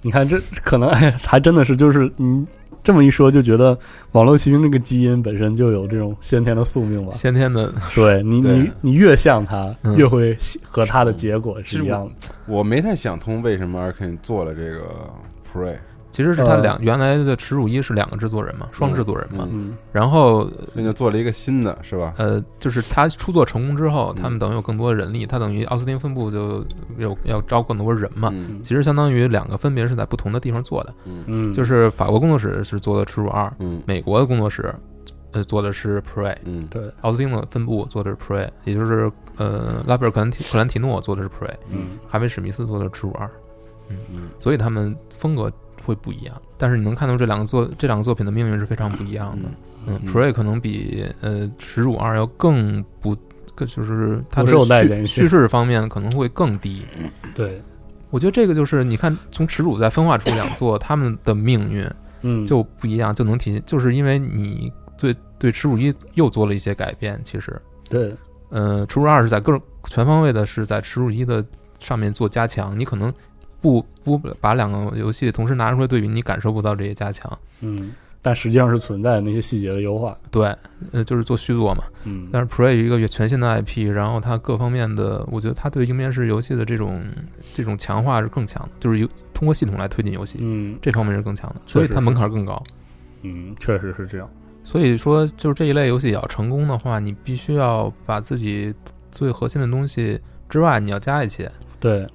你看这可能哎，还真的是就是你这么一说，就觉得网络骑兵这个基因本身就有这种先天的宿命吧？先天的 *laughs* 对你对你你越像它，啊嗯越会喜和它的结果其是实一样的我。我没太想通为什么 a r k a n 做了这个 Prey，其实是他呃两、原来的《耻辱一》是两个制作人嘛，双制作人嘛。嗯嗯，然后那就做了一个新的，是吧？呃，就是他出作成功之后，嗯他们等于有更多的人力，他等于奥斯汀分部就有要招更多人啊嘛。嗯其实相当于两个分别是在不同的地方做的，嗯嗯，就是法国工作室是做的《耻辱二》，嗯美国的工作室呃做的是《Prey》，嗯对，奥斯汀的分部做的是《Prey》，也就是呃拉斐尔·克兰提克兰提诺做的是《Prey》，嗯哈维·史密斯做的《耻辱二》。嗯所以他们风格会不一样。但是你能看到这两个作这两个作品的命运是非常不一样的嗯。嗯嗯，Prey 可能比呃《耻辱二》要更不，更就是它的不受待见叙一些叙事方面可能会更低。对，我觉得这个就是你看，从耻辱再分化出两座，他们的命运嗯，就不一样，就能体现，就是因为你对对耻辱一又做了一些改变。其实，对，呃，耻辱二是在各种全方位的是在耻辱一的上面做加强，你可能不不把两个游戏同时拿出来对比，你感受不到这些加强。嗯，但实际上是存在那些细节的优化。对，呃，就是做续作嘛。嗯，但是 Prey 一个全新的 IP，然后它各方面的，我觉得它对应变式游戏的这种这种强化是更强的，就是由通过系统来推进游戏，嗯这方面是更强的，确所以实它是门槛更高。嗯，确实是这样。所以说，就是这一类游戏要成功的话，你必须要把自己最核心的东西之外，你要加一些，对，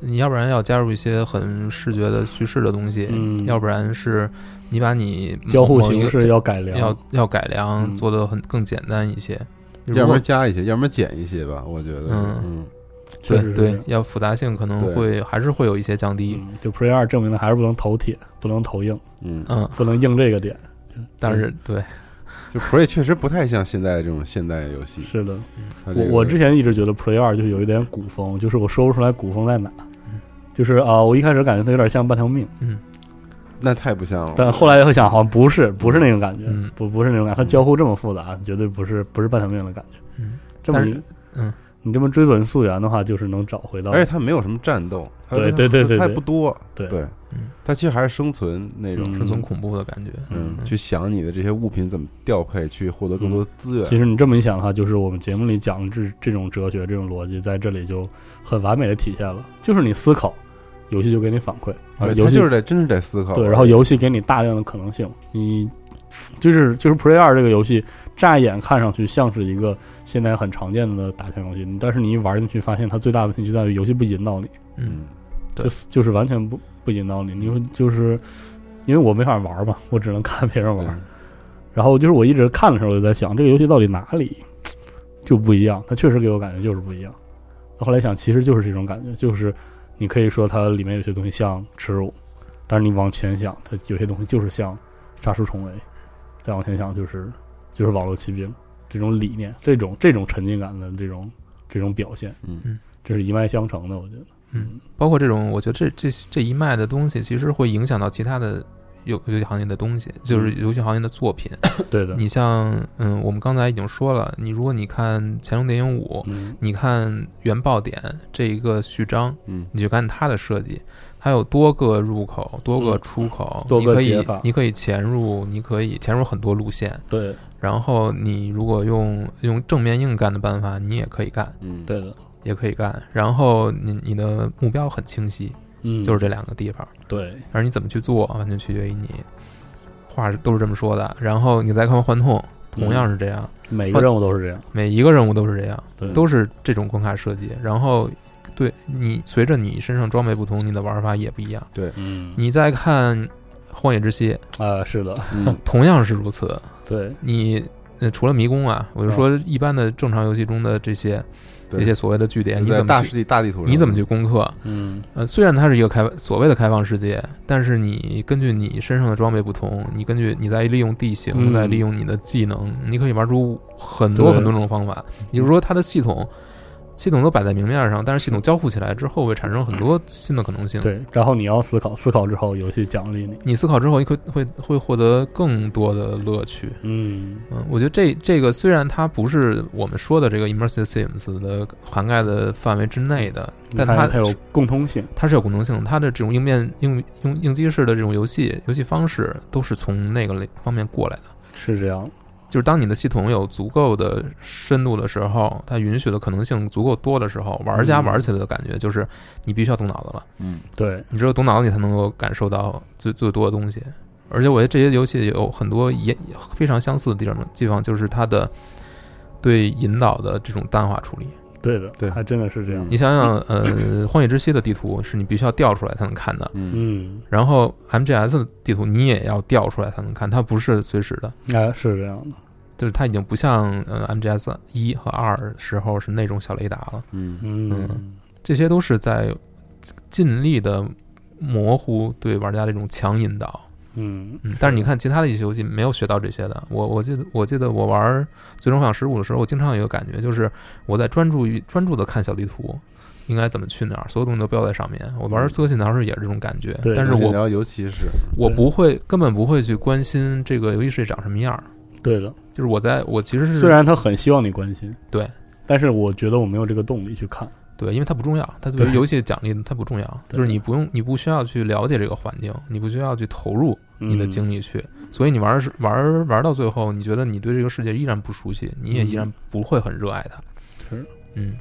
你要不然要加入一些很视觉的叙事的东西，嗯要不然是你把你交互某一形个式要改良。要要改良，嗯做的很更简单一些。要如不果然加一些，要不然减一些吧，我觉得。嗯嗯确对实是这对样，要复杂性可能对会还是会有一些降低，嗯，就 Pre 二证明了还是不能头铁，不能头硬，嗯，嗯，不能硬这个点。但是对，就 Prey 确实不太像现在这种现代游戏。是的，它这我个我之前一直觉得 Pre 二就是有一点古风，就是我说不出来古风在哪。就是啊，我一开始感觉它有点像半条命，那太不像了。但后来又想，好像不是，不是那种感觉，嗯不不是那种感觉，它交互这么复杂，绝对不是不是半条命的感觉。嗯，这么但是一嗯，你这么追本溯源的话，就是能找回到。而且它没有什么战斗，它对它对对对它也对不多，对对嗯，它其实还是生存那种，嗯生存恐怖的感觉，嗯，去想你的这些物品怎么调配，去获得更多的资源。嗯其实你这么一想的话，就是我们节目里讲的这这种哲学、这种逻辑，在这里就很完美的体现了。就是你思考，游戏就给你反馈，而对游它戏就是得真是得思考。对，然后游戏给你大量的可能性。你就是就是 Pre 二这个游戏，乍一眼看上去像是一个现在很常见的打枪游戏，但是你一玩进去，发现它最大的问题就在于游戏不引导你，嗯，对就是就是完全不不引导你，你会就是因为我没法玩嘛，我只能看别人对玩。然后就是我一直看的时候，我就在想这个游戏到底哪里就不一样，它确实给我感觉就是不一样。后来想，其实就是这种感觉，就是你可以说它里面有些东西像耻辱，但是你往前想，它有些东西就是像杀出重围，再往前想就是就是网络骑兵这种理念，这种这种沉浸感的这种这种表现，嗯嗯，这是一脉相承的，我觉得，嗯，包括这种，我觉得这这这一脉的东西，其实会影响到其他的游游戏行业的东西，就是嗯游戏行业的作 *clears throat* 品。对的，你像，嗯，我们刚才已经说了，你如果你看《乾隆电影五》，嗯你看《原爆点》这一个序章，嗯你去看它的设计，它有多个入口、多个出口，嗯多个你解可以法你可以潜入，你可以潜入很多路线。对然后你如果用用正面硬干的办法，你也可以干，嗯，对的，也可以干。然后你你的目标很清晰，嗯，就是这两个地方。对，而你怎么去做，完全取决于你。话是都是这么说的，然后你再看幻痛，同样是这样，嗯每一个任务都是这样，每一个任务都是这样，对，都是这种关卡设计。然后，对你随着你身上装备不同，你的玩法也不一样。嗯，你再看《荒野之息》，啊，是的， *laughs* 嗯同样是如此。对，你、呃、除了迷宫啊，我就说一般的正常游戏中的这些嗯对这些所谓的据点，你在怎大么世去地大地图上，你怎么去攻克？嗯，呃，虽然它是一个开所谓的开放世界，但是你根据你身上的装备不同，你根据你再利用地形，嗯再利用你的技能，你可以玩出很多对很多种方法。也就是说，它的系统系统都摆在明面上，但是系统交互起来之后，会产生很多新的可能性。对，然后你要思考，思考之后游戏奖励你，你思考之后，你会会会获得更多的乐趣。嗯，嗯，我觉得这这个虽然它不是我们说的这个 immersive sims 的涵盖的范围之内的，嗯但它它它有共通性，它是有共同性的，它的这种应变应应应激式的这种游戏游戏方式都是从那个类方面过来的。是这样，就是当你的系统有足够的深度的时候，它允许的可能性足够多的时候，玩家嗯玩起来的感觉就是你必须要动脑子了。嗯对，你只有动脑子，你才能够感受到最最多的东西。而且我觉得这些游戏有很多也也非常相似的地方，地方就是它的对引导的这种淡化处理。对的，对还真的是这样，你想想，呃，《荒野之息》的地图是你必须要调出来才能看的，嗯嗯，然后 MGS 的地图你也要调出来才能看，它不是随时的，哎，是这样的，就是它已经不像呃 MGS 一和二时候是那种小雷达了，嗯嗯嗯，这些都是在尽力的模糊对玩家的这种强引导。嗯，嗯，但是你看其他的一些游戏没有学到这些的。我我记得我记得我玩《最终幻想十五》的时候，我经常有一个感觉，就是我在专注于专注的看小地图，应该怎么去哪儿，所有东西都标在上面。我玩《刺客信条》时也是这种感觉，对但是这嗯我聊尤其是我不会根本不会去关心这个游戏世界长什么样儿。对的，就是我在我其实是虽然他很希望你关心，对，但是我觉得我没有这个动力去看，对，因为它不重要，它对于对游戏的奖励它不重要，对就是你不用你不需要去了解这个环境，你不需要去投入你的嗯精力去，所以你玩儿是玩儿玩儿到最后，你觉得你对这个世界依然不熟悉，你也依然不会很热爱它。嗯是，嗯，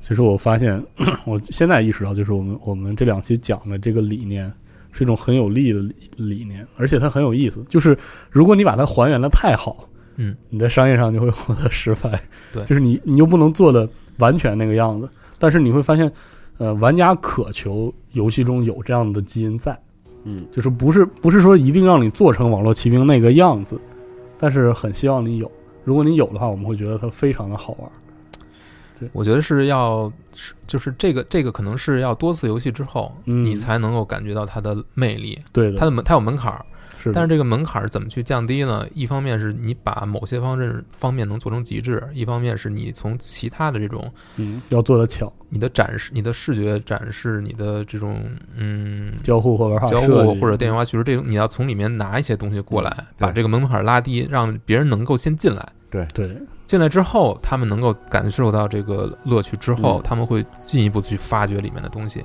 其实我发现，我现在意识到，就是我们我们这两期讲的这个理念是一种很有力的理理念，而且它很有意思。就是如果你把它还原的太好，嗯，你在商业上就会获得失败。对就是你你又不能做的完全那个样子，但是你会发现，呃，玩家渴求游戏中有这样的基因在，嗯，就是不是不是说一定让你做成网络骑兵那个样子，但是很希望你有。如果你有的话，我们会觉得它非常的好玩。我觉得是要是就是这个这个可能是要多次游戏之后，嗯你才能够感觉到它的魅力，对的，它的门它有门槛儿，是的，但是这个门槛儿怎么去降低呢？一方面是你把某些方阵方面能做成极致，一方面是你从其他的这种嗯，要做的巧，你的展示、你的视觉展示、你的这种嗯交互或玩法交设互计嗯或者电影化叙事，这种你要从里面拿一些东西过来，对把这个门槛拉低，让别人能够先进来。对，进来之后，他们能够感受到这个乐趣之后，嗯他们会进一步去发掘里面的东西。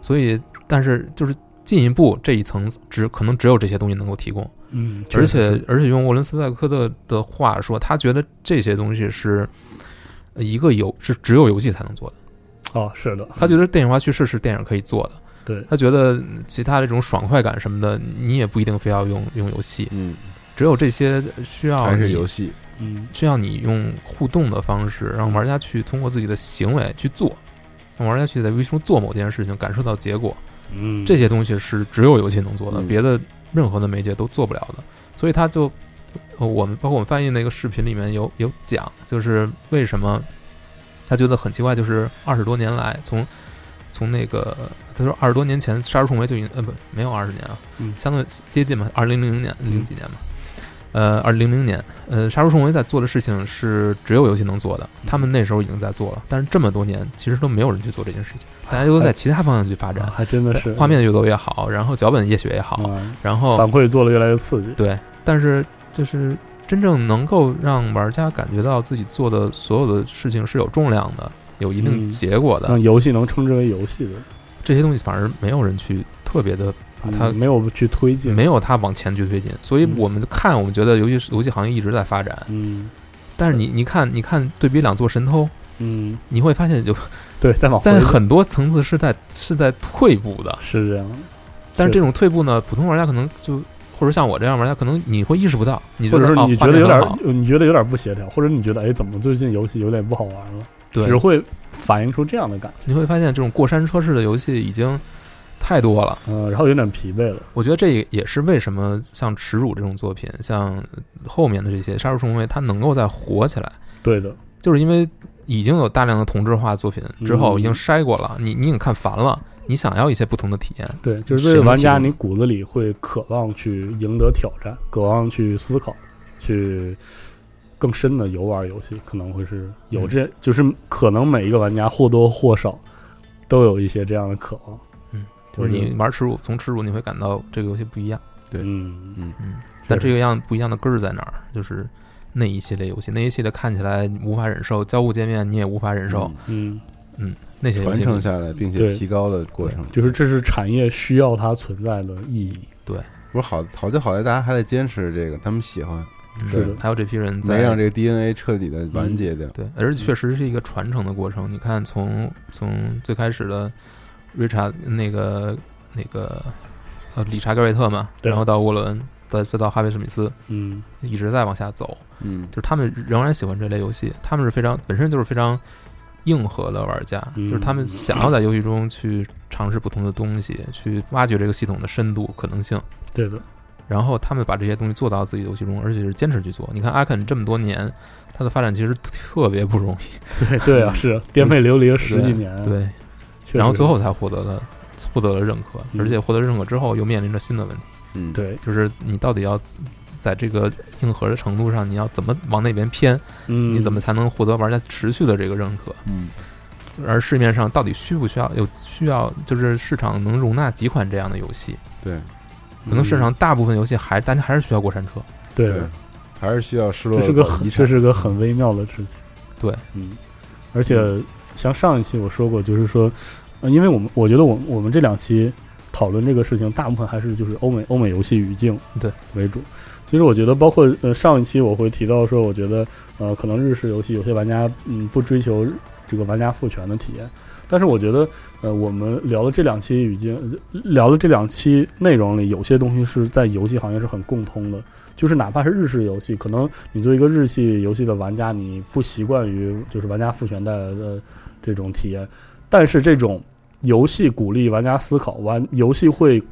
所以，但是就是进一步这一层，只可能只有这些东西能够提供。嗯，确而实且是而且用沃伦斯派克的的话说，他觉得这些东西是呃一个游是只有游戏才能做的。哦，是的，他觉得电影化叙事是电影可以做的，对他觉得嗯其他这种爽快感什么的，你也不一定非要用用游戏，嗯只有这些需哦要还是你游戏嗯，需要你用互动的方式，让玩家去通过自己的行为去做，让玩家去在游戏中做某件事情，感受到结果。嗯，这些东西是只有游戏能做的，嗯别的任何的媒介都做不了的。所以他就，呃我们包括我们翻译那个视频里面有有讲，就是为什么他觉得很奇怪，就是二十多年来，从从那个他说二十多年前《杀出重围》就已经呃不没有二十年啊，嗯相对接近嘛，二零零零年零几年嘛。呃，二零零年，呃，杀出重围在做的事情是只有游戏能做的，嗯他们那时候已经在做了，但是这么多年其实都没有人去做这件事情，大家哎都在其他方向去发展，啊还真的是画面越做越好，然后脚本也写越好，哦嗯然后反馈做的越来越刺激。对，但是就是真正能够让玩家感觉到自己做的所有的事情是有重量的，有一定嗯结果的，让游戏能称之为游戏的，这些东西反而没有人去特别的把它嗯没有去推进，没有它往前去推进，所以嗯我们看，我们觉得游戏游戏行业一直在发展，嗯但是你你看你看对比两座神偷，嗯，你会发现就对，再哦往回在走很多层次是在是在退步的，是这样，但是是这种退步呢，普通玩家可能就或者像我这样玩家，可能你会意识不到，你或者哦说你画觉得面有很点好，你觉得有点不协调，或者你觉得哎，怎么最近游戏有点不好玩了，只对，会反映出这样的感觉，你会发现这种过山车式的游戏已经太多了。嗯，然后有点疲惫了，我觉得这也是为什么像《耻辱》这种作品，像后面的这些《杀出重围》，它能够再火起来，对的，就是因为已经有大量的同质化作品之嗯后已经筛过了，你你已经看烦了，你想要一些不同的体验。对，就是作为谁能玩家，提供你骨子里会渴望去赢得挑战，渴望去思考，去更深的游玩游戏，可能会是有嗯这，就是可能每一个玩家或多或少都有一些这样的渴望。嗯嗯就是我觉你得玩《耻辱》，从《耻辱》你会感到这个游戏不一样，对嗯嗯但是这个样不一样的根儿在哪儿？就是那一系列游戏，那一系列看起来无法忍受，交互界面你也无法忍受，嗯，那些游传戏承下来并且对提高的过程，就是这是产业需要它存在的意义。不是好好就好在大家还在坚持这个，他们喜欢，嗯是的还有这批人在没让这个 DNA 彻底的完结掉。对，而且确实是一个传承的过程。你看从，从最开始的 Richard 那个那个呃理查盖瑞特嘛，对然后到沃伦，再再到哈维史密斯，嗯，一直在往下走，嗯就是他们仍然喜欢这类游戏，他们是非常本身就是非常硬核的玩家，嗯就是他们想要在游戏中去尝试不同的东西，去挖掘这个系统的深度可能性。对的， *laughs* 然后他们把这些东西做到自己的游戏中，而且是坚持去做。你看阿肯这么多年，他的发展其实特别不容易，对对啊，是颠沛流离了十几年，对，嗯确实然后最后才获得了获得了认可，嗯而且获得认可之后又面临着新的问题，嗯，对，就是你到底要在这个硬核的程度上，你要怎么往那边偏，嗯，你怎么才能获得玩家持续的这个认可？嗯，而市面上到底需不需要有需要，就是市场能容纳几款这样的游戏？对，可能市场大部分游戏还大家还是需要过山车，对对的？还是需要失落这的是个宝很遗这产。是个很微妙的事情。对，嗯，而且像上一期我说过，就是说，呃因为我们我觉得我们我们这两期讨论这个事情，大部分还是就是欧美欧美游戏语境对为主。其实我觉得，包括呃上一期我会提到说，我觉得呃可能日式游戏有些玩家嗯不追求这个玩家赋权的体验，但是我觉得呃我们聊了这两期语境，呃聊了这两期呃内容里，有些东西是在游戏行业是很共通的，就是哪怕是日式游戏，可能你作为一个日系游戏的玩家，你不习惯于就是玩家赋权带来的这种体验，但是这种游戏鼓励玩家思考，玩游戏会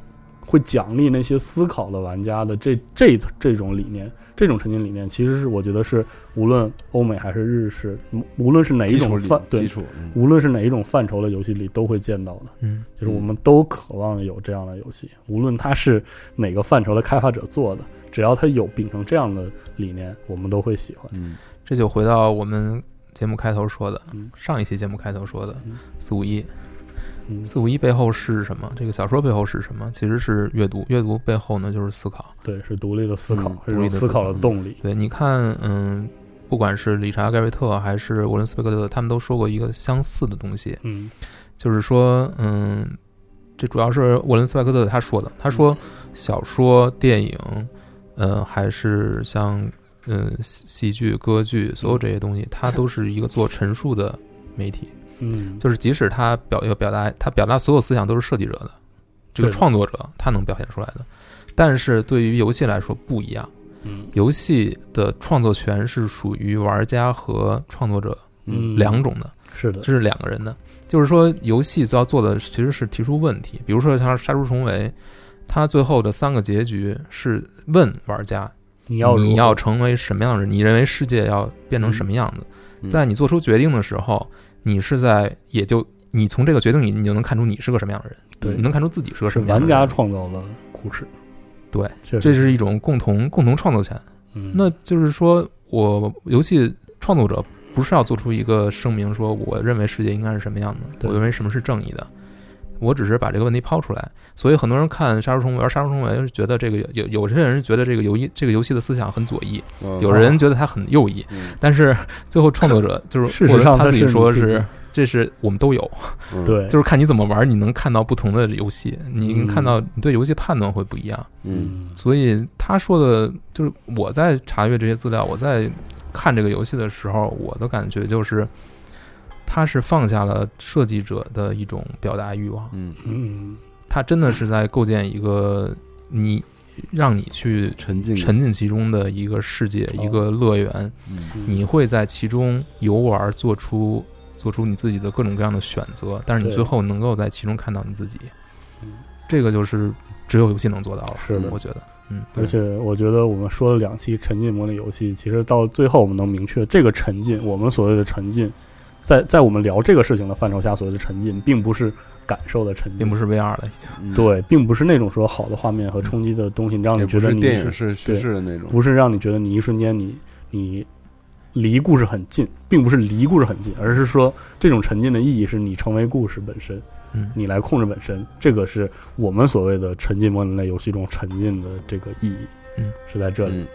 会奖励那些思考的玩家的这这这种理念，这种沉浸理念，其实是我觉得是无论欧美还是日式，无无论是哪一基础种理范对基，础，嗯无论是哪一种范畴的游戏里都会见到的。嗯，就是我们都渴望有这样的游戏，无论它是哪个范畴的开发者做的，只要它有秉承这样的理念，我们都会喜欢。嗯，这就回到我们节目开头说的，嗯上一期节目开头说的嗯四五一，嗯，四五一背后是什么？这个小说背后是什么？其实是阅读，阅读背后呢就是思考。对，是独立的思考嗯，是一独立种的思思考考的动力。对，你看，嗯，不管是理查·盖瑞特还是沃伦·斯贝克特，他们都说过一个相似的东西，嗯就是说，嗯，这主要是沃伦·斯贝克特他说的。他说，嗯小说、电影，呃，还是像嗯戏戏剧、歌剧，所有这些东西，它都是一个做陈述的媒体。嗯，就是即使他表要表达，他表达所有思想都是设计者的，这个对创作者他能表现出来的。但是对于游戏来说不一样，嗯游戏的创作权是属于玩家和创作者嗯，两种的，是的这，是两个人的。就是说，游戏要做的其实是提出问题，比如说像《杀出重围》，它最后的三个结局是问玩家你要你如要何成为什么样的人？你认为世界要变成什么样子？嗯在你做出决定的时候，你是在也就你从这个决定里，你就能看出你是个什么样的人，对你能看出自己是个是什么样玩的人家创造的故事。对，确实这是一种共同共同创作权，嗯那就是说我游戏创作者不是要做出一个声明，说我认为世界应该是什么样的，对我认为什么是正义的。我只是把这个问题抛出来，所以很多人看《杀出重围》而《杀出重围》是觉得这个有有些人觉得这个游戏这个游戏的思想很左翼，嗯有人觉得它很右翼，嗯但是最后创作者就是事实上或者他它自己是说你自己是这是我们都有，嗯对，嗯就是看你怎么玩，你能看到不同的游戏，你能看到你对游戏判断会不一样。嗯所以他说的，就是我在查阅这些资料，我在看这个游戏的时候，我的感觉就是，他是放下了设计者的一种表达欲望，嗯嗯，他真的是在构建一个你让你去沉浸沉浸其中的一个世界，一个乐园，嗯你会在其中游玩，做出做出你自己的各种各样的选择，但是你对最后能够在其中看到你自己，这个就是只有游戏能做到了，是的我觉得，嗯，而且我觉得我们说了两期沉浸模拟游戏，其实到最后我们能明确，这个沉浸，我们所谓的沉浸，在在我们聊这个事情的范畴下，所谓的沉浸，并不是感受的沉浸，并不是 VR 了已经。嗯，对，并不是那种说好的画面和冲击的东西，让也你觉不得是你电影是是叙对事的那种，不是让你觉得你一瞬间你你离故事很近，并不是离故事很近，而是说这种沉浸的意义是你成为故事本身，嗯你来控制本身，这个是我们所谓的沉浸模拟类游戏中沉浸的这个意义，嗯，是在这里，嗯，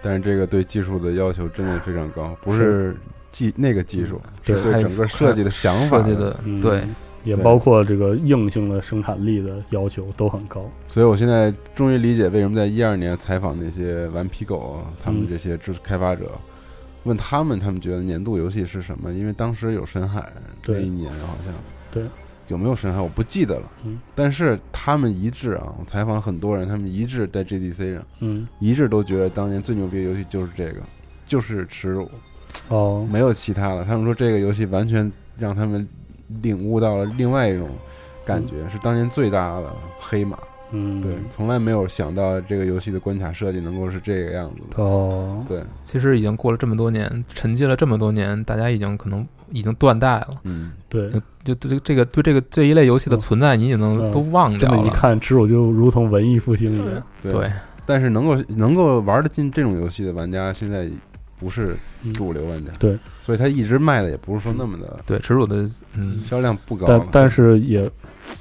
但是这个对技术的要求真的非常高，不是技那个技术，对是对整个设计的想法设计的嗯，对，，也对包括这个硬性的生产力的要求都很高，所以我现在终于理解为什么在一二年采访那些顽皮狗啊他们嗯这些制开发者，问他们他们觉得年度游戏是什么？因为当时有深海那对一年好像对有没有深海我不记得了嗯，但是他们一致啊，我采访很多人，他们一致在 GDC 上嗯，一致都觉得当年最牛逼的游戏就是这个，就是耻辱，哦，没有其他了。他们说这个游戏完全让他们领悟到了另外一种感觉，是当年最大的黑马。嗯，对，从来没有想到这个游戏的关卡设计能够是这个样子的。哦，对，其实已经过了这么多年，沉寂了这么多年，大家已经可能已经断代了。嗯，对，就对这个这个对这个这一类游戏的存在，你也嗯能都忘这掉么一了。看，耻辱就如同文艺复兴一样，对。对，但是能够能够玩得进这种游戏的玩家，现在不是嗯主流玩家。对，所以他一直卖的也不是说那么的对，耻辱的，嗯，销量不高了。但但是也，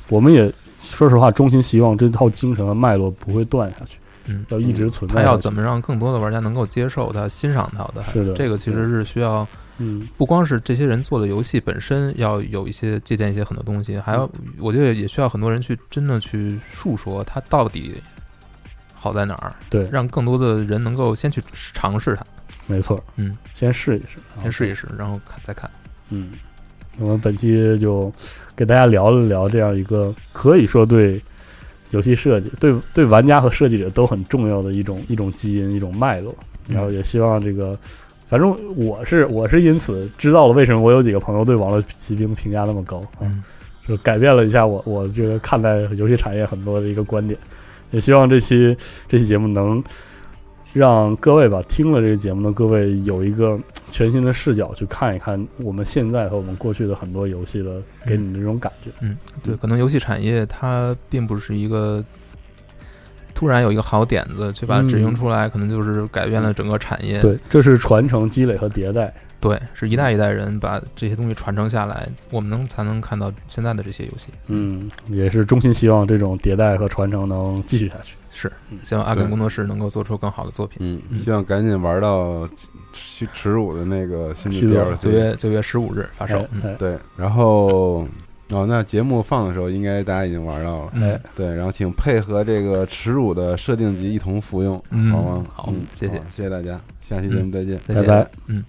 我们也说实话，衷心希望这套精神和脉络不会断下去，嗯要一直存在他下去。要怎么让更多的玩家能够接受它、欣赏它的？是的这个其实是需要嗯不光是这些人做的游戏本身要有一些借鉴一些很多东西，还要嗯我觉得也需要很多人去真的去述说它到底好在哪儿，对让更多的人能够先去尝试它，没错，嗯，先试一试，啊先试一试，试，然后看再看。嗯。我们本期就给大家聊了聊这样一个可以说对游戏设计、对对玩家和设计者都很重要的一种一种基因、一种脉络。嗯然后也希望这个，反正我是我是因此知道了为什么我有几个朋友对《网络骑兵》评价那么高啊。嗯，就改变了一下我我这个看待游戏产业很多的一个观点。也希望这期这期节目能让各位吧，听了这个节目的各位有一个全新的视角去看一看我们现在和我们过去的很多游戏的给你的这种感觉。嗯，对，可能游戏产业它并不是一个突然有一个好点子去把它执行出来，可能就是改变了整个产业。对，这是传承、积累和迭代。对，是一代一代人把这些东西传承下来，我们能才能看到现在的这些游戏。嗯，也是衷心希望这种迭代和传承能继续下去。是，希望阿肯对工作室能够做出更好的作品。嗯，嗯希望赶紧玩到耻耻辱的那个新虚的弱 DLC。九月九月十五日发售哎。嗯哎对，然后哦，那节目放的时候，应该大家已经玩到了。嗯对，然后请配合这个耻辱的设定集一同服用，嗯好吗？好嗯谢谢好谢谢大家，下期节目再见。再见拜拜嗯。